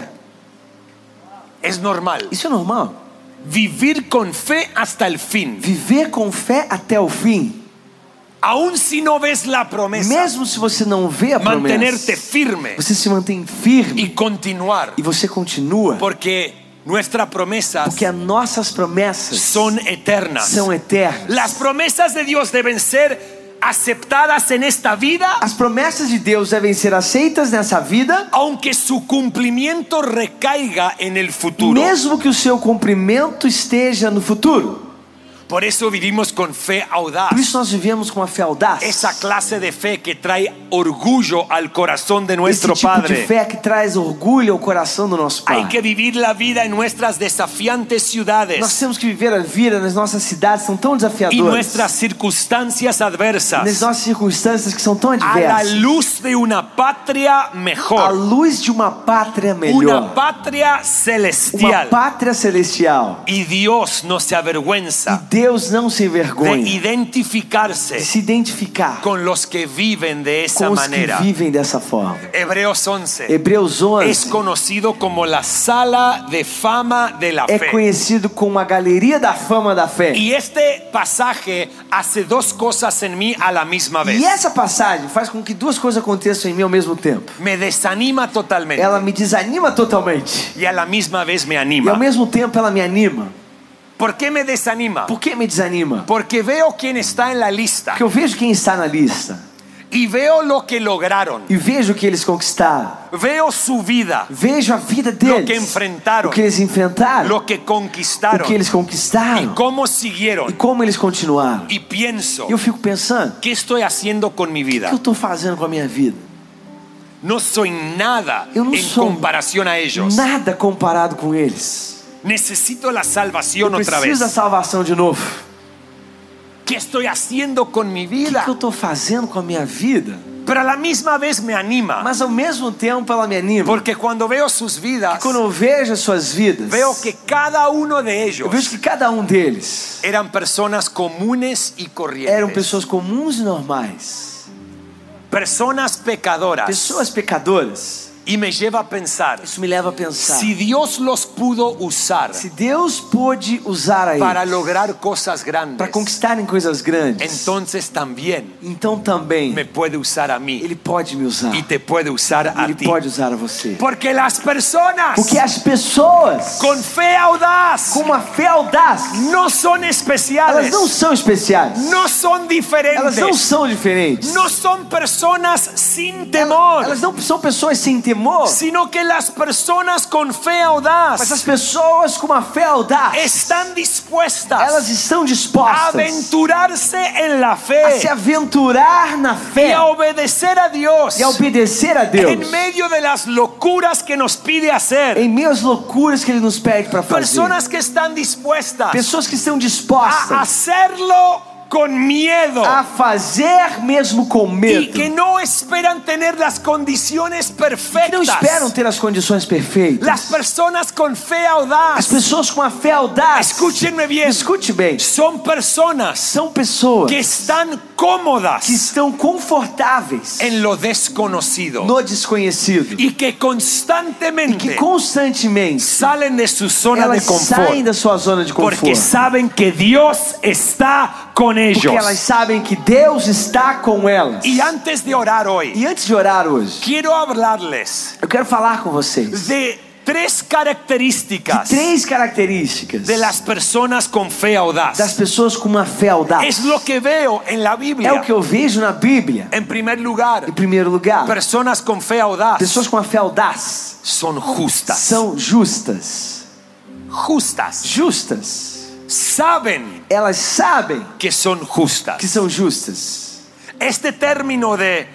Speaker 2: Es normal.
Speaker 3: Isso é normal.
Speaker 2: Vivir con fe hasta el fin.
Speaker 3: Viver com fé até o fim,
Speaker 2: Aún si no ves la promesa,
Speaker 3: mesmo se você não vê a
Speaker 2: mantenerte
Speaker 3: promessa,
Speaker 2: firme
Speaker 3: você se mantém firme
Speaker 2: y continuar.
Speaker 3: e você continua,
Speaker 2: Porque nuestras promesas
Speaker 3: porque as nossas promessas
Speaker 2: son eternas.
Speaker 3: são eternas.
Speaker 2: Las promesas de Dios deben ser aceptadas en esta vida,
Speaker 3: As promessas de Deus devem ser aceitas nessa vida,
Speaker 2: aunque su cumplimiento recaiga en el futuro.
Speaker 3: mesmo que o seu cumprimento esteja no futuro.
Speaker 2: Por eso vivimos con fe audaz.
Speaker 3: Por isso nós vivemos com uma fé audaz.
Speaker 2: Esa clase de fe que trae orgullo al corazón de nuestro
Speaker 3: Esse tipo de ah.
Speaker 2: Padre.
Speaker 3: fé que traz orgulho ao coração do nosso Pai.
Speaker 2: Hay que vivir la vida en nuestras desafiantes
Speaker 3: Nós
Speaker 2: ciudades
Speaker 3: temos que viver a vida nas nossas cidades que são tão
Speaker 2: y
Speaker 3: desafiadoras.
Speaker 2: nuestras circunstancias
Speaker 3: Nas
Speaker 2: adversas
Speaker 3: nossas circunstâncias que são tão
Speaker 2: a la
Speaker 3: adversas.
Speaker 2: luz de una patria
Speaker 3: À
Speaker 2: mejor,
Speaker 3: luz de uma pátria
Speaker 2: una
Speaker 3: melhor.
Speaker 2: patria
Speaker 3: Uma
Speaker 2: celestial.
Speaker 3: pátria celestial.
Speaker 2: Y Dios no se
Speaker 3: E
Speaker 2: avergüenza
Speaker 3: Deus não se
Speaker 2: de
Speaker 3: envergonha de
Speaker 2: identificarse
Speaker 3: se identificar
Speaker 2: con los que viven de esa
Speaker 3: com os que
Speaker 2: manera.
Speaker 3: vivem dessa forma.
Speaker 2: Hebreos 11
Speaker 3: Hebreus
Speaker 2: es
Speaker 3: 11
Speaker 2: conocido como la sala de fama de la
Speaker 3: é
Speaker 2: fe.
Speaker 3: conhecido como a galeria da fama da fé.
Speaker 2: Y este pasaje hace dos cosas en mí a la misma vez.
Speaker 3: E essa passagem faz com que duas coisas aconteçam em mim ao mesmo tempo.
Speaker 2: Me desanima totalmente
Speaker 3: Ela me desanima totalmente.
Speaker 2: y a la misma vez me
Speaker 3: E ao
Speaker 2: anima.
Speaker 3: mesmo tempo ela me anima.
Speaker 2: ¿Por qué me desanima?
Speaker 3: Por que me desanima?
Speaker 2: Porque veo quién está en la lista
Speaker 3: Porque eu vejo quem está na lista
Speaker 2: y veo lo que lograron.
Speaker 3: e vejo o que eles conquistaram.
Speaker 2: Veo su vida,
Speaker 3: Vejo a vida
Speaker 2: lo que
Speaker 3: deles,
Speaker 2: enfrentaron,
Speaker 3: o que eles enfrentaram,
Speaker 2: lo que
Speaker 3: o
Speaker 2: conquistaram
Speaker 3: que eles conquistaram
Speaker 2: y cómo
Speaker 3: e
Speaker 2: siguieron.
Speaker 3: como eles continuaram.
Speaker 2: Y pienso,
Speaker 3: E eu fico pensando, o
Speaker 2: ¿qué estoy haciendo con mi
Speaker 3: que eu
Speaker 2: vida?
Speaker 3: estou fazendo com a minha vida?
Speaker 2: No soy nada
Speaker 3: Eu não
Speaker 2: en
Speaker 3: sou
Speaker 2: comparación a ellos.
Speaker 3: Nada comparado com eles.
Speaker 2: Necesito la salvación
Speaker 3: Eu
Speaker 2: otra vez.
Speaker 3: preciso da salvação de novo.
Speaker 2: ¿Qué estoy haciendo con mi
Speaker 3: O que,
Speaker 2: vida?
Speaker 3: que eu estou fazendo com a minha vida?
Speaker 2: Pero a la misma vez me anima,
Speaker 3: Mas ao mesmo tempo ela me anima.
Speaker 2: porque cuando veo sus vidas,
Speaker 3: Quando eu vejo as suas vidas,
Speaker 2: veo que cada uno de
Speaker 3: eu vejo
Speaker 2: ellos
Speaker 3: que cada um deles
Speaker 2: eran personas comunes y
Speaker 3: eram
Speaker 2: corrientes,
Speaker 3: pessoas comuns e normais.
Speaker 2: personas pecadoras.
Speaker 3: Pessoas pecadoras.
Speaker 2: Y me lleva a pensar,
Speaker 3: Isso me leva a pensar.
Speaker 2: si Dios los pudo usar
Speaker 3: Se Deus pôde usar a
Speaker 2: para
Speaker 3: eles
Speaker 2: lograr Então, cosas
Speaker 3: para
Speaker 2: grandes,
Speaker 3: conquistarem coisas grandes,
Speaker 2: entonces también
Speaker 3: então também
Speaker 2: me puede usar a mí
Speaker 3: Ele pode me usar.
Speaker 2: y te puede usar a
Speaker 3: Ele
Speaker 2: ti.
Speaker 3: tá pode usar a você.
Speaker 2: Porque las personas
Speaker 3: Porque as pessoas
Speaker 2: con fe audaz
Speaker 3: com uma fé audaz,
Speaker 2: no son
Speaker 3: elas
Speaker 2: especiales,
Speaker 3: não são especiais.
Speaker 2: no son
Speaker 3: Elas não
Speaker 2: diferentes,
Speaker 3: são diferentes.
Speaker 2: no son personas sin temor,
Speaker 3: Elas não são pessoas sem temor,
Speaker 2: sino que las personas con fe
Speaker 3: mas as
Speaker 2: audaz
Speaker 3: pessoas com uma fé audaz,
Speaker 2: están
Speaker 3: elas
Speaker 2: dispuestas
Speaker 3: estão
Speaker 2: a
Speaker 3: dispostas
Speaker 2: aventurarse en la
Speaker 3: a se
Speaker 2: fe
Speaker 3: aventurar na
Speaker 2: y
Speaker 3: fé
Speaker 2: a obedecer a Dios
Speaker 3: e a obedecer a Deus
Speaker 2: en medio de las locuras que nos pide hacer.
Speaker 3: em meio às loucuras que Ele nos pede para fazer.
Speaker 2: Personas que están dispuestas
Speaker 3: Pessoas que estão
Speaker 2: a
Speaker 3: dispostas
Speaker 2: hacerlo con miedo
Speaker 3: a fazer mesmo com
Speaker 2: y
Speaker 3: medo.
Speaker 2: que no esperan tener las condiciones
Speaker 3: que não esperam
Speaker 2: perfectas.
Speaker 3: ter as condições
Speaker 2: Las
Speaker 3: perfeitas.
Speaker 2: personas con fe
Speaker 3: As
Speaker 2: audaz,
Speaker 3: pessoas com a fé audaz.
Speaker 2: escúchenme bien,
Speaker 3: Escute bem.
Speaker 2: son personas
Speaker 3: São pessoas
Speaker 2: que están
Speaker 3: que
Speaker 2: cómodas
Speaker 3: estão confortáveis
Speaker 2: en lo desconocido
Speaker 3: no desconhecido
Speaker 2: y que
Speaker 3: e que
Speaker 2: constantemente
Speaker 3: constantemente
Speaker 2: salen de su zona de
Speaker 3: elas saem
Speaker 2: confort
Speaker 3: da sua zona de
Speaker 2: porque
Speaker 3: conforto.
Speaker 2: saben que Dios está con
Speaker 3: Porque elas
Speaker 2: ellos.
Speaker 3: sabem que Deus está com elas.
Speaker 2: Y antes de orar hoy,
Speaker 3: E antes de orar hoje,
Speaker 2: quiero hablarles
Speaker 3: eu quero falar com vocês
Speaker 2: de tres
Speaker 3: de
Speaker 2: características
Speaker 3: três características
Speaker 2: de las personas con fe
Speaker 3: das
Speaker 2: audaz.
Speaker 3: pessoas com uma fé audaz.
Speaker 2: Es lo que É. veo en la
Speaker 3: É o
Speaker 2: Biblia.
Speaker 3: que eu vejo na Bíblia.
Speaker 2: En primer lugar,
Speaker 3: Em primeiro lugar,
Speaker 2: personas con fe audaz
Speaker 3: pessoas com uma fé audaz
Speaker 2: son justas.
Speaker 3: são justas.
Speaker 2: Justas.
Speaker 3: Justas.
Speaker 2: Saben
Speaker 3: Elas sabem
Speaker 2: que son justas.
Speaker 3: que são justas.
Speaker 2: Este término de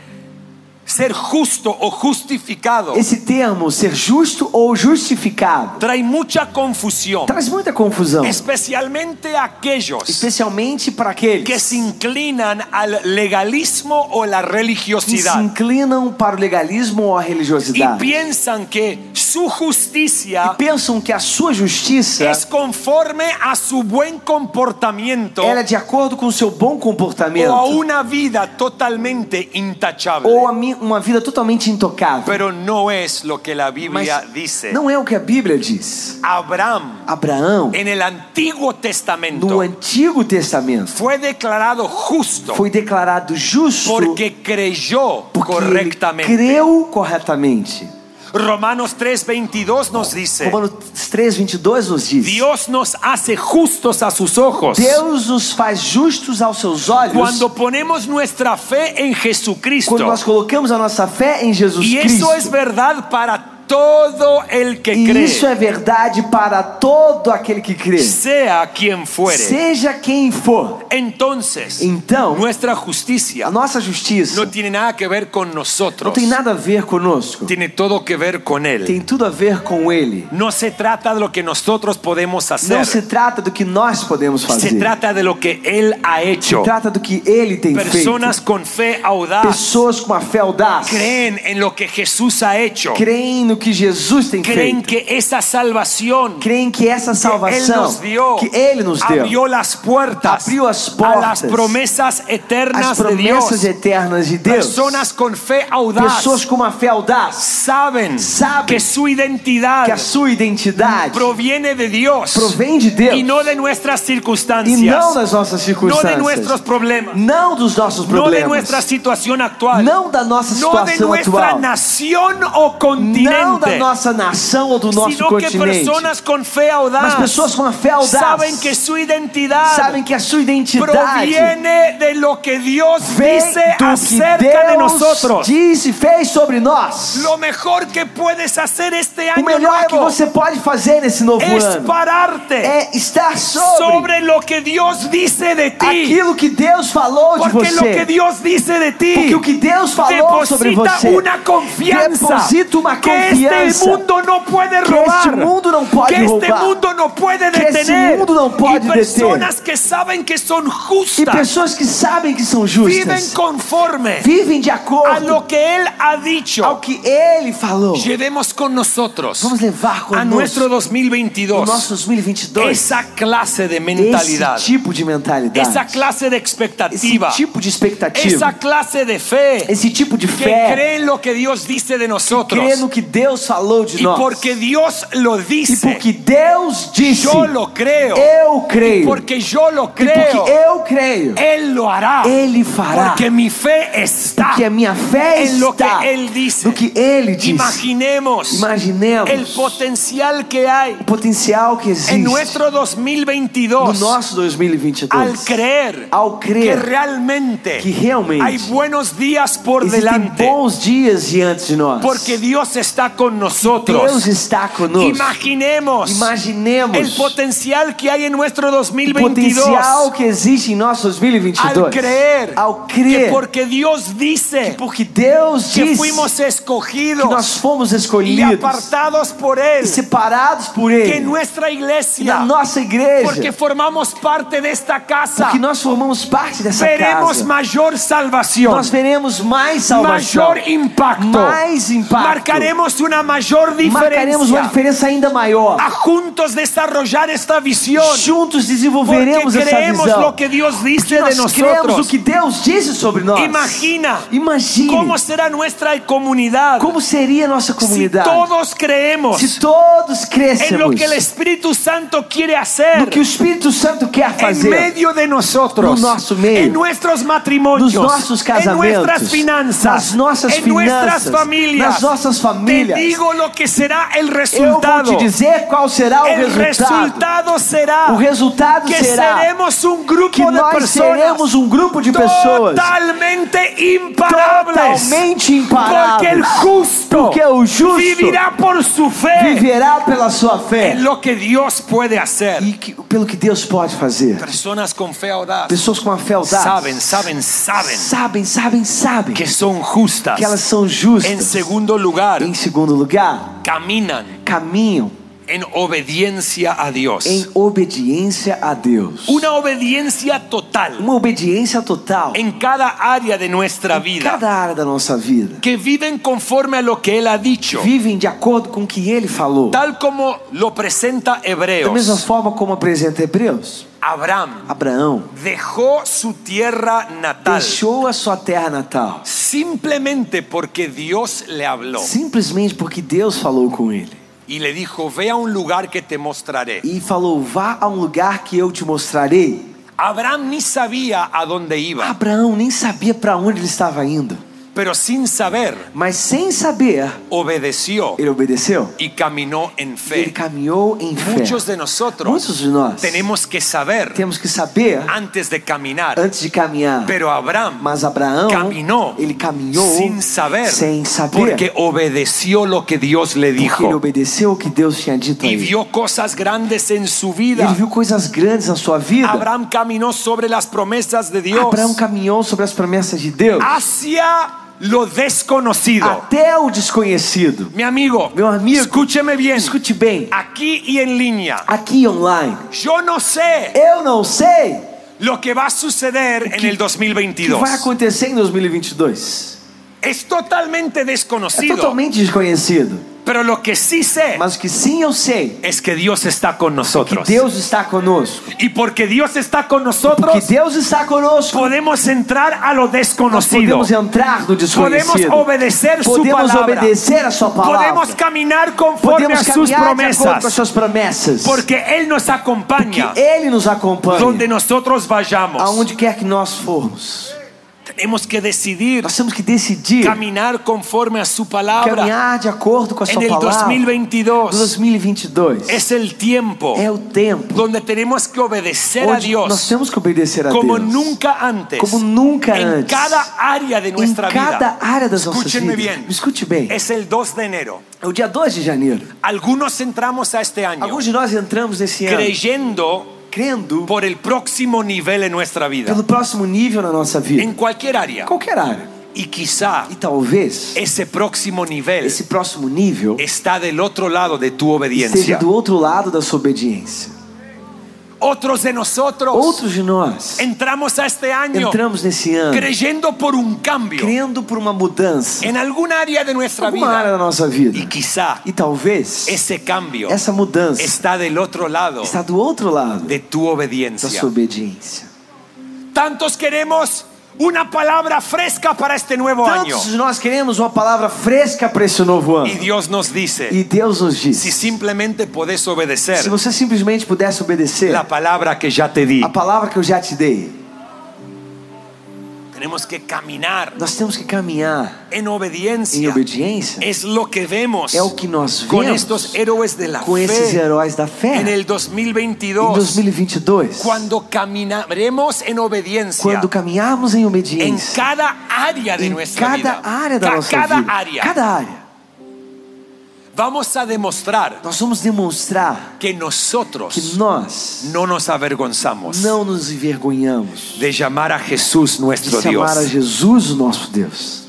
Speaker 2: ser justo o justificado
Speaker 3: Esse termo, ser justo ou justificado,
Speaker 2: trae mucha confusión,
Speaker 3: traz muita confusão.
Speaker 2: [LAUGHS] especialmente a aquellos
Speaker 3: Especialmente para
Speaker 2: que
Speaker 3: aqueles
Speaker 2: se inclinan al legalismo o la
Speaker 3: que se
Speaker 2: religiosidad.
Speaker 3: inclinam para o legalismo ou a
Speaker 2: y
Speaker 3: religiosidade.
Speaker 2: piensan que su justicia
Speaker 3: E pensam que a sua justiça
Speaker 2: es conforme a su buen comportamiento
Speaker 3: ela é de acordo com o seu bom
Speaker 2: o a
Speaker 3: comportamento
Speaker 2: una vida totalmente intachable.
Speaker 3: ou a mi- uma vida totalmente intocável.
Speaker 2: Pero no es lo que la
Speaker 3: Mas
Speaker 2: Biblia dice.
Speaker 3: não é o que a Bíblia diz.
Speaker 2: Abraham
Speaker 3: Abraão,
Speaker 2: en el Antiguo
Speaker 3: no
Speaker 2: Testamento
Speaker 3: Antigo Testamento,
Speaker 2: fue declarado justo
Speaker 3: foi declarado justo
Speaker 2: Então. porque creyó
Speaker 3: porque
Speaker 2: correctamente.
Speaker 3: ele creu corretamente.
Speaker 2: Romanos 3:22 nos dice,
Speaker 3: Romanos 3, 22 nos diz:
Speaker 2: É. Dios nos hace justos a sus ojos.
Speaker 3: Deus nos faz justos aos seus olhos
Speaker 2: Cuando ponemos nuestra fe en
Speaker 3: quando
Speaker 2: Jesucristo,
Speaker 3: nós colocamos a nossa fé em Jesus
Speaker 2: y
Speaker 3: Cristo.
Speaker 2: eso es verdad para todo el que
Speaker 3: E
Speaker 2: cree,
Speaker 3: isso é verdade para todo aquele que crê,
Speaker 2: sea quien fuere.
Speaker 3: seja quem for.
Speaker 2: Entonces,
Speaker 3: Então,
Speaker 2: nuestra
Speaker 3: A
Speaker 2: justicia
Speaker 3: nossa justiça
Speaker 2: no tiene nada que ver con
Speaker 3: não
Speaker 2: nosotros,
Speaker 3: tem nada a ver conosco,
Speaker 2: tiene todo que ver con Él.
Speaker 3: tem tudo a ver com Ele.
Speaker 2: No se trata de lo que nosotros podemos
Speaker 3: Não
Speaker 2: hacer,
Speaker 3: se trata do que nós podemos fazer,
Speaker 2: se trata de lo que Él ha hecho.
Speaker 3: se trata do que Ele tem
Speaker 2: Personas con fe
Speaker 3: feito.
Speaker 2: audaz
Speaker 3: Pessoas com uma fé audaz
Speaker 2: creen en lo que Jesús ha hecho,
Speaker 3: creem no que Jesus tem
Speaker 2: creen
Speaker 3: feito,
Speaker 2: que esa salvación
Speaker 3: creem que essa
Speaker 2: que Él
Speaker 3: salvação
Speaker 2: nos dio,
Speaker 3: que Ele nos deu
Speaker 2: abrió las puertas
Speaker 3: Abrió las
Speaker 2: a las
Speaker 3: puertas.
Speaker 2: promesas
Speaker 3: as
Speaker 2: eternas de Dios.
Speaker 3: promessas eternas de Deus.
Speaker 2: Personas con fe audaz
Speaker 3: Pessoas com uma fé audaz
Speaker 2: saben,
Speaker 3: Saben
Speaker 2: que su identidad
Speaker 3: que a sua identidade
Speaker 2: proviene de Dios
Speaker 3: provém de Deus
Speaker 2: y no de nuestras
Speaker 3: e
Speaker 2: circunstancias,
Speaker 3: não das nossas
Speaker 2: no de nuestros
Speaker 3: circunstâncias,
Speaker 2: problemas,
Speaker 3: não dos nossos
Speaker 2: no de
Speaker 3: problemas,
Speaker 2: nuestra situación actual,
Speaker 3: não da nossa
Speaker 2: no de
Speaker 3: situação
Speaker 2: nuestra
Speaker 3: atual,
Speaker 2: nación o
Speaker 3: não da
Speaker 2: continente,
Speaker 3: nossa nação ou do nosso
Speaker 2: sino que
Speaker 3: continente,
Speaker 2: personas con fe audaz
Speaker 3: mas pessoas com uma fé
Speaker 2: saben
Speaker 3: audaz
Speaker 2: que su identidad
Speaker 3: sabem que a sua identidade
Speaker 2: proviene de lo que Dios
Speaker 3: vem
Speaker 2: dice
Speaker 3: do que
Speaker 2: acerca de
Speaker 3: Deus
Speaker 2: nosotros.
Speaker 3: disse e fez sobre nós.
Speaker 2: Lo mejor que puedes hacer este
Speaker 3: O
Speaker 2: año
Speaker 3: melhor que
Speaker 2: nuevo
Speaker 3: você pode fazer nesse novo
Speaker 2: es
Speaker 3: ano
Speaker 2: pararte
Speaker 3: é estar sobre
Speaker 2: sobre lo que Dios dice de ti.
Speaker 3: aquilo que Deus falou de
Speaker 2: Porque lo que
Speaker 3: você.
Speaker 2: Dios dice de ti
Speaker 3: Porque o que Deus falou sobre
Speaker 2: deposita
Speaker 3: você
Speaker 2: una confianza
Speaker 3: deposita uma
Speaker 2: que
Speaker 3: confiança
Speaker 2: este mundo no puede
Speaker 3: que este
Speaker 2: robar,
Speaker 3: mundo não pode
Speaker 2: que este
Speaker 3: roubar.
Speaker 2: mundo no puede
Speaker 3: que este
Speaker 2: detener.
Speaker 3: mundo não pode
Speaker 2: y personas que saben que son
Speaker 3: E
Speaker 2: justas
Speaker 3: pessoas que sabem que são
Speaker 2: viven
Speaker 3: justas
Speaker 2: conforme
Speaker 3: vivem de
Speaker 2: a lo
Speaker 3: acordo
Speaker 2: que Él ha
Speaker 3: ao
Speaker 2: dicho.
Speaker 3: que Ele falou.
Speaker 2: Llevemos con nosotros
Speaker 3: Vamos levar
Speaker 2: a nuestro
Speaker 3: conosco o
Speaker 2: 2022
Speaker 3: nosso 2022
Speaker 2: esa clase de mentalidad,
Speaker 3: esse tipo de
Speaker 2: esa
Speaker 3: mentalidade,
Speaker 2: clase de
Speaker 3: esse
Speaker 2: expectativa,
Speaker 3: tipo de
Speaker 2: esa
Speaker 3: expectativa,
Speaker 2: clase de fe
Speaker 3: esse tipo de
Speaker 2: que
Speaker 3: fé.
Speaker 2: cree en lo que Dios dice de
Speaker 3: crê no
Speaker 2: nosotros.
Speaker 3: que Deus falou de
Speaker 2: Y
Speaker 3: nós.
Speaker 2: porque Dios lo
Speaker 3: e
Speaker 2: dice,
Speaker 3: porque Deus disse,
Speaker 2: yo lo creo.
Speaker 3: eu creio.
Speaker 2: Porque yo lo
Speaker 3: e
Speaker 2: creo,
Speaker 3: porque eu creio,
Speaker 2: Él lo hará.
Speaker 3: Ele fará.
Speaker 2: Porque mi fe está
Speaker 3: que a minha fé
Speaker 2: en lo
Speaker 3: está
Speaker 2: que Él dice.
Speaker 3: no que Ele disse.
Speaker 2: Imaginemos
Speaker 3: Imaginemos
Speaker 2: el potencial que hay
Speaker 3: o potencial que existe
Speaker 2: en nuestro
Speaker 3: no
Speaker 2: 2022
Speaker 3: nosso 2022
Speaker 2: al creer,
Speaker 3: Ao
Speaker 2: que
Speaker 3: crer
Speaker 2: realmente,
Speaker 3: que realmente
Speaker 2: hay buenos días por
Speaker 3: existem
Speaker 2: delante
Speaker 3: bons dias diante de nós.
Speaker 2: porque Dios está con
Speaker 3: Deus
Speaker 2: nosotros.
Speaker 3: está conosco.
Speaker 2: Imaginemos
Speaker 3: Imaginemos
Speaker 2: el potencial que hay en nuestro
Speaker 3: o
Speaker 2: 2022
Speaker 3: potencial que existe em nosso 2022
Speaker 2: al creer,
Speaker 3: ao
Speaker 2: que
Speaker 3: crer
Speaker 2: porque Dios dice
Speaker 3: porque Deus
Speaker 2: que
Speaker 3: disse
Speaker 2: fuimos
Speaker 3: que nós
Speaker 2: escogidos
Speaker 3: fomos
Speaker 2: y
Speaker 3: escolhidos
Speaker 2: apartados por Él,
Speaker 3: e separados por
Speaker 2: que
Speaker 3: Ele
Speaker 2: nuestra iglesia,
Speaker 3: na nossa
Speaker 2: porque
Speaker 3: igreja,
Speaker 2: formamos parte de esta casa,
Speaker 3: porque nós formamos parte dessa
Speaker 2: Tá. veremos
Speaker 3: casa.
Speaker 2: mayor salvación.
Speaker 3: Nós veremos mais salvação,
Speaker 2: Mayor impacto.
Speaker 3: mais impacto.
Speaker 2: Marcaremos una mayor
Speaker 3: marcaremos
Speaker 2: diferencia.
Speaker 3: uma diferença ainda maior.
Speaker 2: A juntos desarrollar esta visión.
Speaker 3: Juntos
Speaker 2: Porque
Speaker 3: desenvolveremos essa
Speaker 2: creemos
Speaker 3: visão.
Speaker 2: lo que Dios dice de
Speaker 3: nós cremos o
Speaker 2: nosotros.
Speaker 3: que Deus disse sobre nós.
Speaker 2: Imagina
Speaker 3: Imagine
Speaker 2: cómo será nuestra comunidad
Speaker 3: como seria a nossa
Speaker 2: si
Speaker 3: comunidade
Speaker 2: todos creemos
Speaker 3: se todos
Speaker 2: en
Speaker 3: crescemos
Speaker 2: lo que el Espíritu Santo quiere
Speaker 3: no
Speaker 2: hacer
Speaker 3: que o Espírito Santo quer
Speaker 2: en
Speaker 3: fazer.
Speaker 2: medio de nosotros,
Speaker 3: No nosso meio.
Speaker 2: en nuestros
Speaker 3: nos
Speaker 2: matrimonios,
Speaker 3: nossos
Speaker 2: en
Speaker 3: casamentos,
Speaker 2: nuestras finanzas,
Speaker 3: nas nossas
Speaker 2: en
Speaker 3: finanças,
Speaker 2: nuestras familias.
Speaker 3: nas nossas
Speaker 2: Te
Speaker 3: famílias.
Speaker 2: digo lo que será el
Speaker 3: Eu vou
Speaker 2: resultado.
Speaker 3: te dizer qual será o
Speaker 2: el
Speaker 3: resultado.
Speaker 2: resultado será
Speaker 3: O resultado
Speaker 2: que
Speaker 3: será
Speaker 2: seremos un
Speaker 3: que
Speaker 2: grupo de
Speaker 3: nós
Speaker 2: personas
Speaker 3: seremos um grupo de pessoas
Speaker 2: totalmente imparables.
Speaker 3: totalmente
Speaker 2: Porque el
Speaker 3: imparáveis,
Speaker 2: justo,
Speaker 3: Porque o justo
Speaker 2: vivirá por su fe
Speaker 3: viverá pela sua fé
Speaker 2: en lo que Dios puede hacer.
Speaker 3: e que- pelo que Deus pode fazer.
Speaker 2: Personas con fe audaz
Speaker 3: Pessoas com uma fé audaz
Speaker 2: saben, saben, saben
Speaker 3: sabem, sabem, sabem
Speaker 2: que son justas.
Speaker 3: que elas são
Speaker 2: En
Speaker 3: justas.
Speaker 2: segundo lugar,
Speaker 3: Em segundo lugar,
Speaker 2: caminan
Speaker 3: caminham
Speaker 2: en obediencia a Dios.
Speaker 3: em obediência a Deus.
Speaker 2: Una obediencia total
Speaker 3: Uma obediência total
Speaker 2: en cada área de nuestra
Speaker 3: em
Speaker 2: vida.
Speaker 3: cada área da nossa vida.
Speaker 2: Que viven conforme a lo que Él ha dicho.
Speaker 3: Vivem de acordo com o que ele falou. Da
Speaker 2: Tal como lo presenta
Speaker 3: mesma
Speaker 2: Hebreos,
Speaker 3: forma como apresenta Hebreus,
Speaker 2: Abraham
Speaker 3: Abraão
Speaker 2: dejó su tierra natal
Speaker 3: deixou a sua terra natal
Speaker 2: simplemente porque Dios le habló
Speaker 3: simplesmente porque Deus falou com ele
Speaker 2: y le dijo, ve a un lugar que te mostraré.
Speaker 3: e falou: Vá a um lugar que eu te mostrarei.
Speaker 2: Abraham ni sabía a dónde iba,
Speaker 3: Abraão nem sabia para onde ele estava indo,
Speaker 2: pero sin saber,
Speaker 3: Mas sem saber,
Speaker 2: obedeció
Speaker 3: ele obedeceu.
Speaker 2: y caminó en
Speaker 3: Ele
Speaker 2: fe.
Speaker 3: caminhou em fé.
Speaker 2: Muchos de nosotros
Speaker 3: Muitos de nós
Speaker 2: tenemos que saber
Speaker 3: temos que saber
Speaker 2: antes de caminar,
Speaker 3: antes de caminhar.
Speaker 2: pero Abraham
Speaker 3: Mas Abraão,
Speaker 2: caminó
Speaker 3: ele caminhou
Speaker 2: sin saber,
Speaker 3: sem saber,
Speaker 2: porque obedeció lo que Dios le
Speaker 3: porque ele
Speaker 2: dijo
Speaker 3: obedeceu o que Deus tinha dito a
Speaker 2: y
Speaker 3: ele.
Speaker 2: vio cosas grandes en su
Speaker 3: E Ele
Speaker 2: vida.
Speaker 3: viu coisas grandes na sua [LAUGHS] vida.
Speaker 2: Abraham caminó sobre las promesas de Dios
Speaker 3: Abraão caminhou sobre as promessas de Deus
Speaker 2: hacia lo desconocido.
Speaker 3: até o desconhecido.
Speaker 2: Mi amigo,
Speaker 3: Meu amigo,
Speaker 2: escúcheme bien.
Speaker 3: Escute bem,
Speaker 2: Aquí y en línea.
Speaker 3: aqui online,
Speaker 2: Yo no sé
Speaker 3: eu não sei
Speaker 2: lo que va a suceder en el
Speaker 3: o que
Speaker 2: 2022.
Speaker 3: vai acontecer em 2022.
Speaker 2: Es totalmente
Speaker 3: É
Speaker 2: desconocido.
Speaker 3: totalmente desconhecido.
Speaker 2: Pero lo que sí sé
Speaker 3: Mas o que sim eu sei,
Speaker 2: es que Dios está con nosotros.
Speaker 3: Deus está conosco.
Speaker 2: Y porque Dios está con
Speaker 3: Porque
Speaker 2: nosotros,
Speaker 3: Deus está conosco.
Speaker 2: podemos entrar a lo
Speaker 3: Nós
Speaker 2: desconocido.
Speaker 3: podemos entrar no
Speaker 2: Podemos
Speaker 3: desconhecido.
Speaker 2: obedecer su
Speaker 3: Podemos
Speaker 2: palabra.
Speaker 3: obedecer a sua palavra.
Speaker 2: Podemos caminar conforme
Speaker 3: Podemos
Speaker 2: a sus
Speaker 3: caminhar de acordo com as
Speaker 2: promesas.
Speaker 3: suas promessas.
Speaker 2: Porque Él nos acompaña
Speaker 3: Que Ele nos acompanha.
Speaker 2: donde nosotros vayamos.
Speaker 3: Aonde quer que nós formos.
Speaker 2: Tenemos que decidir
Speaker 3: Nós temos que decidir
Speaker 2: caminar conforme a su palabra.
Speaker 3: caminhar de acordo com a sua
Speaker 2: En el
Speaker 3: palavra.
Speaker 2: 2022
Speaker 3: 2022
Speaker 2: es el tiempo
Speaker 3: é o tempo
Speaker 2: donde tenemos que obedecer a
Speaker 3: onde nós
Speaker 2: Dios
Speaker 3: temos que obedecer a
Speaker 2: como
Speaker 3: Deus.
Speaker 2: nunca antes.
Speaker 3: Como nunca
Speaker 2: en
Speaker 3: antes.
Speaker 2: cada área de
Speaker 3: em
Speaker 2: nuestra
Speaker 3: cada
Speaker 2: vida.
Speaker 3: área das nossas
Speaker 2: Escúchenme
Speaker 3: vidas.
Speaker 2: bien.
Speaker 3: Me escute bem.
Speaker 2: Es el 2 de enero.
Speaker 3: É o dia 2 de janeiro.
Speaker 2: Algunos entramos a este año
Speaker 3: Alguns de nós entramos nesse ano
Speaker 2: creyendo
Speaker 3: crendo
Speaker 2: por el próximo nivel en nuestra vida.
Speaker 3: pelo próximo nível na nossa vida.
Speaker 2: En cualquier área.
Speaker 3: Qualquer área.
Speaker 2: Y quizá
Speaker 3: E talvez
Speaker 2: ese próximo nivel
Speaker 3: esse próximo nível
Speaker 2: está del otro lado de tu
Speaker 3: esteja
Speaker 2: obediencia.
Speaker 3: do outro lado da sua obediência.
Speaker 2: Otros de nosotros
Speaker 3: Outros de nós
Speaker 2: entramos a este año
Speaker 3: entramos nesse ano
Speaker 2: creyendo por un cambio
Speaker 3: crendo por uma mudança
Speaker 2: en alguna área de
Speaker 3: em
Speaker 2: nuestra
Speaker 3: alguma área
Speaker 2: vida.
Speaker 3: da nossa vida.
Speaker 2: Y quizá
Speaker 3: E talvez
Speaker 2: ese cambio
Speaker 3: essa mudança
Speaker 2: está del otro lado
Speaker 3: está do outro lado
Speaker 2: de tu
Speaker 3: da
Speaker 2: obediencia.
Speaker 3: sua obediência.
Speaker 2: Tantos queremos una palabra fresca para este nuevo año.
Speaker 3: Tantos de nós queremos uma palavra fresca para esse novo
Speaker 2: Y
Speaker 3: ano.
Speaker 2: Dios nos dice,
Speaker 3: E Deus nos
Speaker 2: si
Speaker 3: disse:
Speaker 2: simplemente podés obedecer
Speaker 3: se você simplesmente pudesse obedecer
Speaker 2: la palabra que ya te di,
Speaker 3: a palavra que eu já te dei,
Speaker 2: tenemos que caminar
Speaker 3: nós temos que caminhar
Speaker 2: en
Speaker 3: em
Speaker 2: obediencia.
Speaker 3: obediência.
Speaker 2: Es lo que vemos
Speaker 3: É o que nós
Speaker 2: con
Speaker 3: vemos
Speaker 2: estos héroes de la
Speaker 3: com esses
Speaker 2: fe
Speaker 3: heróis da fé.
Speaker 2: en
Speaker 3: Em
Speaker 2: el 2022.
Speaker 3: 2022,
Speaker 2: Cuando caminaremos en obediencia
Speaker 3: quando caminharmos em
Speaker 2: en
Speaker 3: obediência
Speaker 2: cada área de
Speaker 3: em
Speaker 2: nuestra
Speaker 3: cada
Speaker 2: vida,
Speaker 3: área da
Speaker 2: Ca-
Speaker 3: nossa
Speaker 2: cada
Speaker 3: vida,
Speaker 2: área,
Speaker 3: cada área,
Speaker 2: vamos a demostrar
Speaker 3: nós vamos demonstrar
Speaker 2: que nosotros
Speaker 3: que nós
Speaker 2: no nos avergonzamos
Speaker 3: não nos envergonhamos
Speaker 2: de llamar a Jesús
Speaker 3: de
Speaker 2: nuestro Dios
Speaker 3: chamar a Jesus o nosso Deus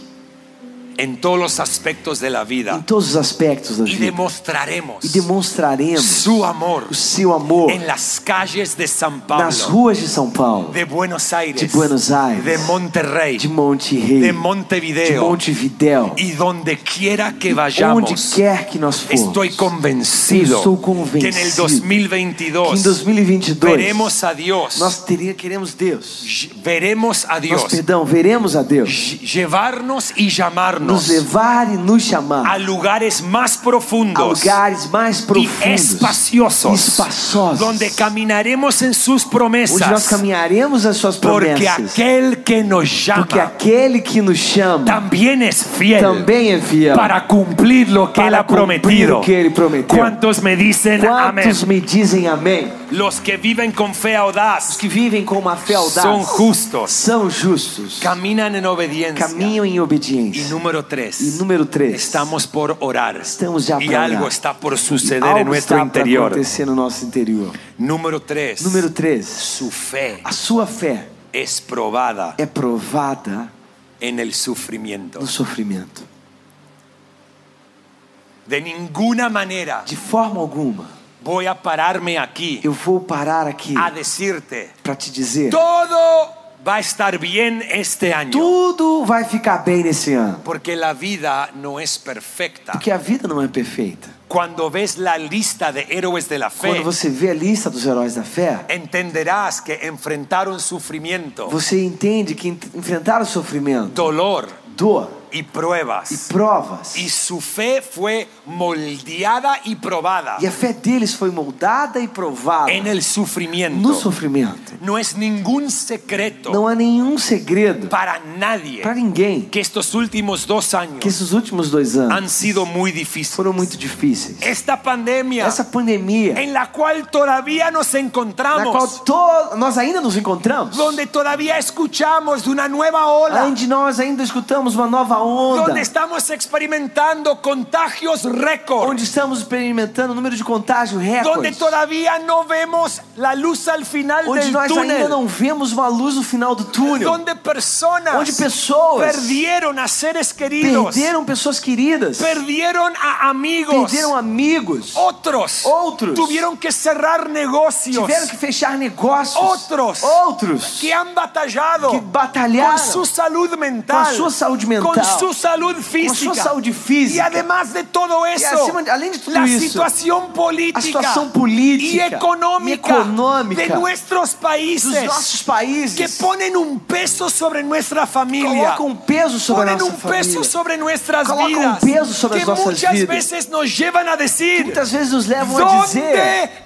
Speaker 2: en todos los aspectos de la
Speaker 3: em
Speaker 2: vida
Speaker 3: todos os aspectos da
Speaker 2: y
Speaker 3: vida
Speaker 2: demostraremos
Speaker 3: e demonstraremos
Speaker 2: su amor
Speaker 3: o seu amor
Speaker 2: en las calles de San
Speaker 3: nas
Speaker 2: Pablo,
Speaker 3: ruas de São Paulo,
Speaker 2: de Buenos Aires,
Speaker 3: de Buenos Aires,
Speaker 2: de Monterrey,
Speaker 3: de Monte
Speaker 2: de
Speaker 3: Rei, de
Speaker 2: Montevideo
Speaker 3: Montevideo,
Speaker 2: y donde quiera que
Speaker 3: onde
Speaker 2: vayamos.
Speaker 3: quer que nós formos.
Speaker 2: Estoy convencido,
Speaker 3: Estou convencido
Speaker 2: que en el 2022
Speaker 3: que em 2022
Speaker 2: veremos a Dios,
Speaker 3: nós teria, queremos Deus.
Speaker 2: ll- veremos a Dios
Speaker 3: Nós, perdão, veremos a Deus
Speaker 2: ll- llevarnos y
Speaker 3: nos
Speaker 2: llamarnos
Speaker 3: levar e nos
Speaker 2: a
Speaker 3: chamar
Speaker 2: lugares más
Speaker 3: a
Speaker 2: profundos
Speaker 3: lugares mais
Speaker 2: y
Speaker 3: profundos,
Speaker 2: espaciosos,
Speaker 3: espaçosos,
Speaker 2: donde caminaremos en sus
Speaker 3: onde nós
Speaker 2: promesas,
Speaker 3: caminharemos as suas
Speaker 2: porque
Speaker 3: promessas,
Speaker 2: aquel que nos llama
Speaker 3: porque aquele que nos chama
Speaker 2: también es fiel.
Speaker 3: também é fiel.
Speaker 2: Para cumplir lo que
Speaker 3: Para
Speaker 2: Él ha
Speaker 3: cumprir
Speaker 2: prometido.
Speaker 3: o que Ele prometeu.
Speaker 2: ¿Cuántos me dicen amén?
Speaker 3: Quantos me dizem amém?
Speaker 2: Los que viven con fe audaz
Speaker 3: Os que vivem com uma fé audaz
Speaker 2: son justos,
Speaker 3: são justos,
Speaker 2: caminan en obediencia.
Speaker 3: caminham em
Speaker 2: Y
Speaker 3: obediência.
Speaker 2: número tres,
Speaker 3: E número 3.
Speaker 2: estamos por orar.
Speaker 3: Estamos ya
Speaker 2: y
Speaker 3: para
Speaker 2: algo
Speaker 3: orar.
Speaker 2: está por suceder en
Speaker 3: Algo
Speaker 2: nuestro
Speaker 3: está para
Speaker 2: é interior.
Speaker 3: acontecer no nosso interior.
Speaker 2: Número tres,
Speaker 3: Número 3.
Speaker 2: su fe
Speaker 3: A sua fé
Speaker 2: es probada
Speaker 3: é provada
Speaker 2: en el sufrimiento.
Speaker 3: no sofrimento.
Speaker 2: De ninguna manera
Speaker 3: De forma alguma
Speaker 2: voy a pararme aquí
Speaker 3: eu vou parar aqui
Speaker 2: a decirte
Speaker 3: para te dizer:
Speaker 2: todo va a estar bien este año.
Speaker 3: tudo vai ficar bem nesse ano.
Speaker 2: Porque la vida no es perfecta.
Speaker 3: Porque a vida não é perfeita.
Speaker 2: Cuando ves la lista de héroes de la fe,
Speaker 3: Quando você vê a lista dos heróis da fé,
Speaker 2: entenderás que enfrentaron sufrimiento,
Speaker 3: você entende que en- enfrentar o sofrimento,
Speaker 2: dolor,
Speaker 3: dor,
Speaker 2: y
Speaker 3: e
Speaker 2: pruebas.
Speaker 3: provas.
Speaker 2: Y su fe fue moldeada y probada
Speaker 3: E a fé deles foi moldada e provada
Speaker 2: en el
Speaker 3: no
Speaker 2: sufrimiento.
Speaker 3: sofrimento.
Speaker 2: No es ningún secreto
Speaker 3: Não há nenhum segredo
Speaker 2: para nadie
Speaker 3: para ninguém
Speaker 2: que estos últimos dos
Speaker 3: que
Speaker 2: años
Speaker 3: esses últimos dois
Speaker 2: han
Speaker 3: anos
Speaker 2: sido muy difíciles.
Speaker 3: foram muito difíceis.
Speaker 2: Esta pandemia
Speaker 3: Essa pandemia,
Speaker 2: en la cual todavía nos
Speaker 3: na qual
Speaker 2: encontramos,
Speaker 3: to- nós ainda nos encontramos,
Speaker 2: donde todavía escuchamos de una nueva ola,
Speaker 3: onde nós ainda escutamos uma nova onda,
Speaker 2: donde estamos experimentando contagios récord,
Speaker 3: onde estamos experimentando um número de contágio
Speaker 2: donde
Speaker 3: recorde,
Speaker 2: todavía no vemos la luz al final
Speaker 3: onde
Speaker 2: del
Speaker 3: nós ainda
Speaker 2: túnel,
Speaker 3: não vemos uma luz no final do túnel,
Speaker 2: donde personas
Speaker 3: onde pessoas
Speaker 2: perdieron a seres queridos,
Speaker 3: perderam pessoas queridas,
Speaker 2: perdieron a amigos,
Speaker 3: perderam amigos,
Speaker 2: otros,
Speaker 3: Otros.
Speaker 2: tuvieron que cerrar negocios,
Speaker 3: tiveram que fechar negócios,
Speaker 2: Outros.
Speaker 3: outros
Speaker 2: que é han batallado
Speaker 3: que
Speaker 2: con
Speaker 3: batalharam
Speaker 2: su salud mental,
Speaker 3: Con su salud mental.
Speaker 2: con su salud
Speaker 3: com
Speaker 2: física,
Speaker 3: sua saúde física.
Speaker 2: y además de todo eso,
Speaker 3: acima de- além de tudo
Speaker 2: la
Speaker 3: isso,
Speaker 2: situación política,
Speaker 3: a situação política
Speaker 2: y económica,
Speaker 3: e econômica
Speaker 2: de nuestros
Speaker 3: dos
Speaker 2: países
Speaker 3: nossos
Speaker 2: que
Speaker 3: países
Speaker 2: ponen un peso sobre nuestra familia.
Speaker 3: colocam um peso sobre a
Speaker 2: Ponen
Speaker 3: nossa
Speaker 2: un peso
Speaker 3: família.
Speaker 2: sobre nuestras
Speaker 3: Coloca un
Speaker 2: vidas
Speaker 3: peso sobre
Speaker 2: que
Speaker 3: las nuestras
Speaker 2: muchas
Speaker 3: vidas.
Speaker 2: veces nos llevan a decir
Speaker 3: Muitas vezes nos levam a dizer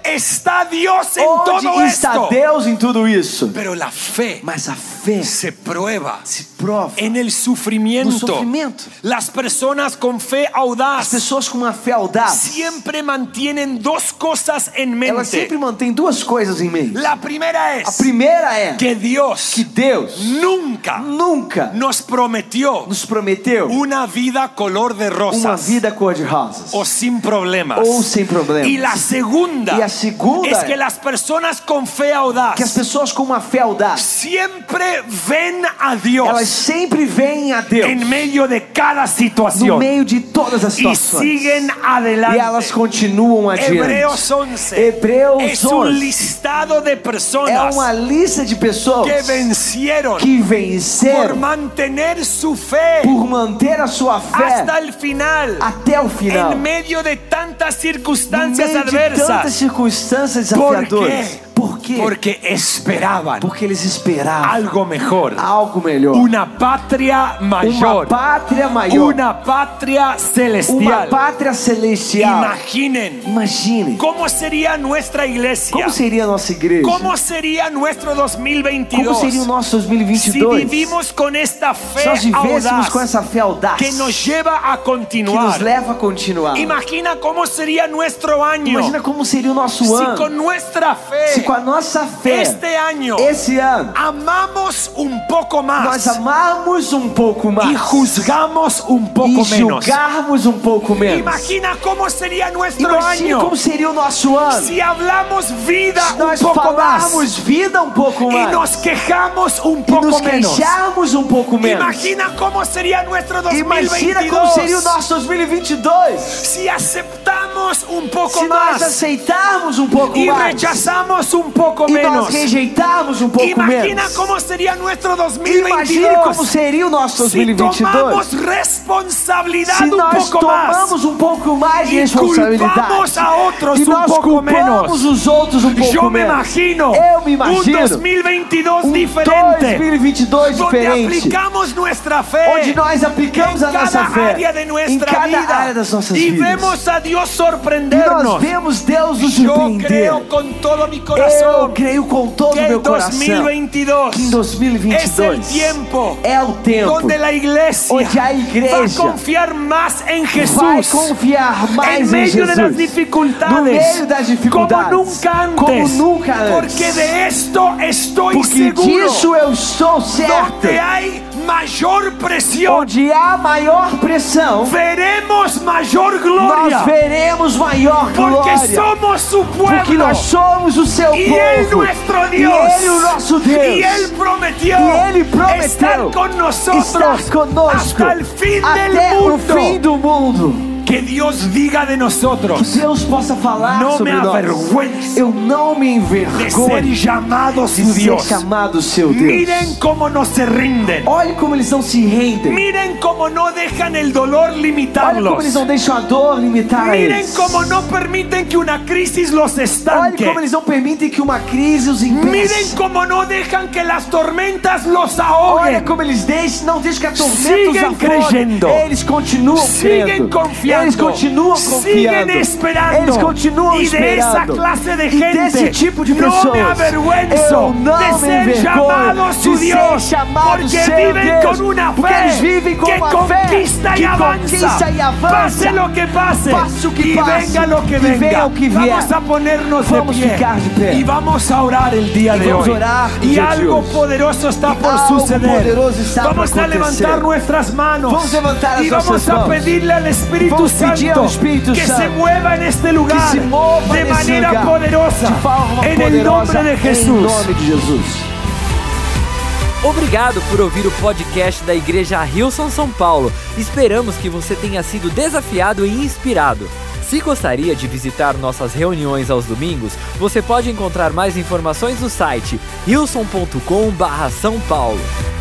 Speaker 2: ¿Dónde está Dios en todo
Speaker 3: onde está
Speaker 2: um esto?
Speaker 3: Deus em tudo isso.
Speaker 2: Pero la fe
Speaker 3: Mas a fé
Speaker 2: se prueba
Speaker 3: se prova.
Speaker 2: en el sufrimiento.
Speaker 3: No sufrimiento.
Speaker 2: Las personas con fe
Speaker 3: As
Speaker 2: audaz
Speaker 3: pessoas com uma fé audaz,
Speaker 2: siempre mantienen dos cosas en
Speaker 3: elas
Speaker 2: mente.
Speaker 3: sempre mantêm duas coisas em mente.
Speaker 2: La primera
Speaker 3: A
Speaker 2: es
Speaker 3: primeira é
Speaker 2: que Dios
Speaker 3: que Deus
Speaker 2: nunca
Speaker 3: nunca
Speaker 2: nos prometió
Speaker 3: nos prometeu
Speaker 2: una vida color de
Speaker 3: uma
Speaker 2: rosas
Speaker 3: vida cor de rosas.
Speaker 2: o sin problemas.
Speaker 3: Ou sem problemas.
Speaker 2: Y la segunda,
Speaker 3: Y la segunda
Speaker 2: es que las personas con fe audaz
Speaker 3: Que as pessoas com uma fé audaz,
Speaker 2: siempre ven a Dios
Speaker 3: elas sempre veem a Deus
Speaker 2: en medio de cada
Speaker 3: no
Speaker 2: situação
Speaker 3: meio de todas as
Speaker 2: y
Speaker 3: situações.
Speaker 2: siguen adelante.
Speaker 3: E elas continuam adiante.
Speaker 2: Hebreos 11
Speaker 3: Hebreus
Speaker 2: es un
Speaker 3: 11
Speaker 2: listado de
Speaker 3: é
Speaker 2: personas
Speaker 3: uma lista de pessoas
Speaker 2: que vencieron
Speaker 3: que
Speaker 2: por
Speaker 3: venceram
Speaker 2: mantener su fe
Speaker 3: por manter a sua fé
Speaker 2: hasta el final,
Speaker 3: até o final.
Speaker 2: en medio de tantas
Speaker 3: No
Speaker 2: circunstancias
Speaker 3: meio de tantas
Speaker 2: adversas.
Speaker 3: circunstâncias
Speaker 2: ¿Por
Speaker 3: desafiadoras.
Speaker 2: qué?
Speaker 3: Por quê?
Speaker 2: Porque esperaban
Speaker 3: Porque eles esperavam
Speaker 2: algo mejor,
Speaker 3: algo melhor.
Speaker 2: una patria
Speaker 3: Uma
Speaker 2: mayor,
Speaker 3: pátria maior.
Speaker 2: una patria
Speaker 3: Uma
Speaker 2: celestial.
Speaker 3: pátria celestial.
Speaker 2: Imaginen
Speaker 3: Imagine
Speaker 2: cómo sería nuestra iglesia,
Speaker 3: como seria a nossa igreja.
Speaker 2: cómo sería nuestro
Speaker 3: Como seria o
Speaker 2: 2022
Speaker 3: nosso
Speaker 2: si
Speaker 3: 2022?
Speaker 2: vivimos con esta
Speaker 3: Se
Speaker 2: fe
Speaker 3: nós vivêssemos
Speaker 2: audaz
Speaker 3: com essa fé audaz
Speaker 2: que nos lleva a
Speaker 3: que nos
Speaker 2: continuar.
Speaker 3: leva a continuar.
Speaker 2: Imagina cómo sería nuestro año
Speaker 3: Imagina como seria o nosso
Speaker 2: si
Speaker 3: ano
Speaker 2: con nuestra
Speaker 3: se com a
Speaker 2: fe
Speaker 3: nossa fé
Speaker 2: este año
Speaker 3: esse ano
Speaker 2: amamos un poco
Speaker 3: nós
Speaker 2: más
Speaker 3: amarmos um pouco mais
Speaker 2: y juzgamos un
Speaker 3: e
Speaker 2: poco menos.
Speaker 3: julgarmos um pouco menos.
Speaker 2: Imagina cómo sería nuestro
Speaker 3: Imagina
Speaker 2: año
Speaker 3: como seria o nosso ano
Speaker 2: si hablamos vida
Speaker 3: se
Speaker 2: un
Speaker 3: nós
Speaker 2: poco más
Speaker 3: falarmos vida um pouco
Speaker 2: y
Speaker 3: mais
Speaker 2: nos quejamos un
Speaker 3: e nos
Speaker 2: poco menos.
Speaker 3: queixarmos um pouco menos.
Speaker 2: Imagina cómo sería nuestro
Speaker 3: Imagina como seria o
Speaker 2: 2022
Speaker 3: nosso 2022
Speaker 2: si aceptamos un poco
Speaker 3: se nós
Speaker 2: más
Speaker 3: aceitarmos um pouco
Speaker 2: y
Speaker 3: mais
Speaker 2: rechazamos un poco
Speaker 3: e nós
Speaker 2: menos.
Speaker 3: rejeitarmos um pouco
Speaker 2: Imagina
Speaker 3: menos.
Speaker 2: cómo sería nuestro
Speaker 3: Imagine como
Speaker 2: 2022
Speaker 3: seria o nosso
Speaker 2: si
Speaker 3: 2022
Speaker 2: tomamos responsabilidad
Speaker 3: se
Speaker 2: un
Speaker 3: nós
Speaker 2: poco más.
Speaker 3: tomamos um pouco mais de
Speaker 2: um E
Speaker 3: responsabilidade
Speaker 2: culpamos a outros
Speaker 3: e
Speaker 2: um
Speaker 3: nós
Speaker 2: pouco
Speaker 3: culpamos
Speaker 2: menos.
Speaker 3: os outros um pouco
Speaker 2: Yo me
Speaker 3: menos.
Speaker 2: imagino
Speaker 3: Eu me
Speaker 2: un
Speaker 3: imagino
Speaker 2: 2022
Speaker 3: um
Speaker 2: diferente
Speaker 3: 2022
Speaker 2: donde
Speaker 3: diferente,
Speaker 2: aplicamos nuestra
Speaker 3: onde
Speaker 2: fe
Speaker 3: nós aplicamos a
Speaker 2: en
Speaker 3: nossa
Speaker 2: cada
Speaker 3: fé
Speaker 2: área de
Speaker 3: em
Speaker 2: nuestra
Speaker 3: cada área
Speaker 2: vida
Speaker 3: das nossas
Speaker 2: y
Speaker 3: vidas.
Speaker 2: vemos a Dios
Speaker 3: E nós
Speaker 2: sorprendernos.
Speaker 3: vemos Deus nos
Speaker 2: Yo
Speaker 3: surpreender.
Speaker 2: creo con todo mi
Speaker 3: Eu
Speaker 2: corazón
Speaker 3: creio com todo o
Speaker 2: que
Speaker 3: meu
Speaker 2: el
Speaker 3: coração que em
Speaker 2: 2022 es el
Speaker 3: 2022
Speaker 2: tiempo
Speaker 3: é o tempo
Speaker 2: donde la iglesia
Speaker 3: onde a
Speaker 2: va a
Speaker 3: igreja
Speaker 2: confiar más en
Speaker 3: vai
Speaker 2: Jesús.
Speaker 3: confiar
Speaker 2: en
Speaker 3: mais em
Speaker 2: medio de las
Speaker 3: Jesus. No
Speaker 2: dificultades,
Speaker 3: medio das dificuldades,
Speaker 2: como nunca antes,
Speaker 3: como nunca antes.
Speaker 2: porque de esto estoy
Speaker 3: Porque
Speaker 2: seguro, é
Speaker 3: disso eu estou certo.
Speaker 2: donde hay mayor presión,
Speaker 3: Onde há maior pressão,
Speaker 2: veremos mayor gloria,
Speaker 3: nós veremos maior
Speaker 2: porque
Speaker 3: glória.
Speaker 2: somos su
Speaker 3: Porque
Speaker 2: pueblo,
Speaker 3: nós somos o seu
Speaker 2: y Él
Speaker 3: povo.
Speaker 2: nuestro
Speaker 3: E
Speaker 2: Dios,
Speaker 3: Ele o nosso Deus.
Speaker 2: y Él prometió,
Speaker 3: E Ele prometeu
Speaker 2: estar con nosotros
Speaker 3: Estar conosco
Speaker 2: hasta el fin
Speaker 3: até
Speaker 2: del
Speaker 3: o
Speaker 2: mundo.
Speaker 3: fim do mundo.
Speaker 2: Que Dios diga de nosotros
Speaker 3: Que Deus possa falar
Speaker 2: Não
Speaker 3: sobre
Speaker 2: me
Speaker 3: nós.
Speaker 2: avergüence.
Speaker 3: Eu não me
Speaker 2: de ser
Speaker 3: envergonho
Speaker 2: llamados
Speaker 3: de
Speaker 2: su
Speaker 3: ser
Speaker 2: Dios.
Speaker 3: chamado seu Deus.
Speaker 2: Miren cómo no se rinden.
Speaker 3: Olhe como eles não se rendem.
Speaker 2: Miren cómo no dejan el dolor
Speaker 3: Olha como eles
Speaker 2: limitarlos.
Speaker 3: não deixam a dor limitar a
Speaker 2: Miren
Speaker 3: eles.
Speaker 2: cómo no permiten que una crisis los
Speaker 3: Olhe como
Speaker 2: estanque.
Speaker 3: eles não permitem que uma crise os
Speaker 2: Miren
Speaker 3: impeça.
Speaker 2: cómo no dejan que las tormentas los
Speaker 3: Olha
Speaker 2: ahoguen.
Speaker 3: como eles deixam, não deixam que a tormenta os
Speaker 2: é. Siguen creyendo.
Speaker 3: afogue. Eles continuam
Speaker 2: Siguen
Speaker 3: crendo.
Speaker 2: confiando.
Speaker 3: Eles continuam
Speaker 2: Siguen
Speaker 3: confiando.
Speaker 2: esperando.
Speaker 3: Eles continuam
Speaker 2: y de esa
Speaker 3: esperando.
Speaker 2: clase de
Speaker 3: E desse
Speaker 2: gente
Speaker 3: tipo de pessoas,
Speaker 2: no me avergüenzo
Speaker 3: eu não
Speaker 2: de
Speaker 3: me
Speaker 2: ser
Speaker 3: envergonho
Speaker 2: llamado
Speaker 3: de
Speaker 2: su
Speaker 3: ser
Speaker 2: Dios
Speaker 3: chamado
Speaker 2: porque
Speaker 3: seu
Speaker 2: viven
Speaker 3: Deus,
Speaker 2: con una
Speaker 3: porque
Speaker 2: fe
Speaker 3: eles vivem com
Speaker 2: que
Speaker 3: uma fé
Speaker 2: conquista y
Speaker 3: que
Speaker 2: avanza
Speaker 3: conquista e avança.
Speaker 2: pase lo que pase
Speaker 3: Passe o que
Speaker 2: y
Speaker 3: passe,
Speaker 2: venga lo que
Speaker 3: e venha
Speaker 2: venga
Speaker 3: o que vier.
Speaker 2: vamos a ponernos
Speaker 3: Vamos
Speaker 2: de, pie.
Speaker 3: ficar de pé.
Speaker 2: y vamos a orar el día
Speaker 3: E
Speaker 2: de
Speaker 3: vamos
Speaker 2: hoy
Speaker 3: orar no
Speaker 2: y
Speaker 3: dia de
Speaker 2: algo
Speaker 3: hoje.
Speaker 2: poderoso está por
Speaker 3: algo
Speaker 2: suceder
Speaker 3: poderoso está por
Speaker 2: vamos a levantar
Speaker 3: acontecer.
Speaker 2: nuestras manos
Speaker 3: Vamos levantar as
Speaker 2: y vamos
Speaker 3: nossas
Speaker 2: a
Speaker 3: mãos.
Speaker 2: pedirle al Espíritu
Speaker 3: Vamos pedir
Speaker 2: Santo
Speaker 3: ao Espírito
Speaker 2: que se
Speaker 3: Santo
Speaker 2: mueva en este lugar
Speaker 3: que se mova
Speaker 2: de
Speaker 3: nesse
Speaker 2: manera
Speaker 3: lugar,
Speaker 2: poderosa
Speaker 3: de forma
Speaker 2: en el
Speaker 3: poderosa,
Speaker 2: nombre de
Speaker 3: Em
Speaker 2: Jesús.
Speaker 3: nome de Jesus.
Speaker 1: Obrigado por ouvir o podcast da Igreja Rilson São Paulo. Esperamos que você tenha sido desafiado e inspirado. Se gostaria de visitar nossas reuniões aos domingos, você pode encontrar mais informações no site rilson.com/são paulo.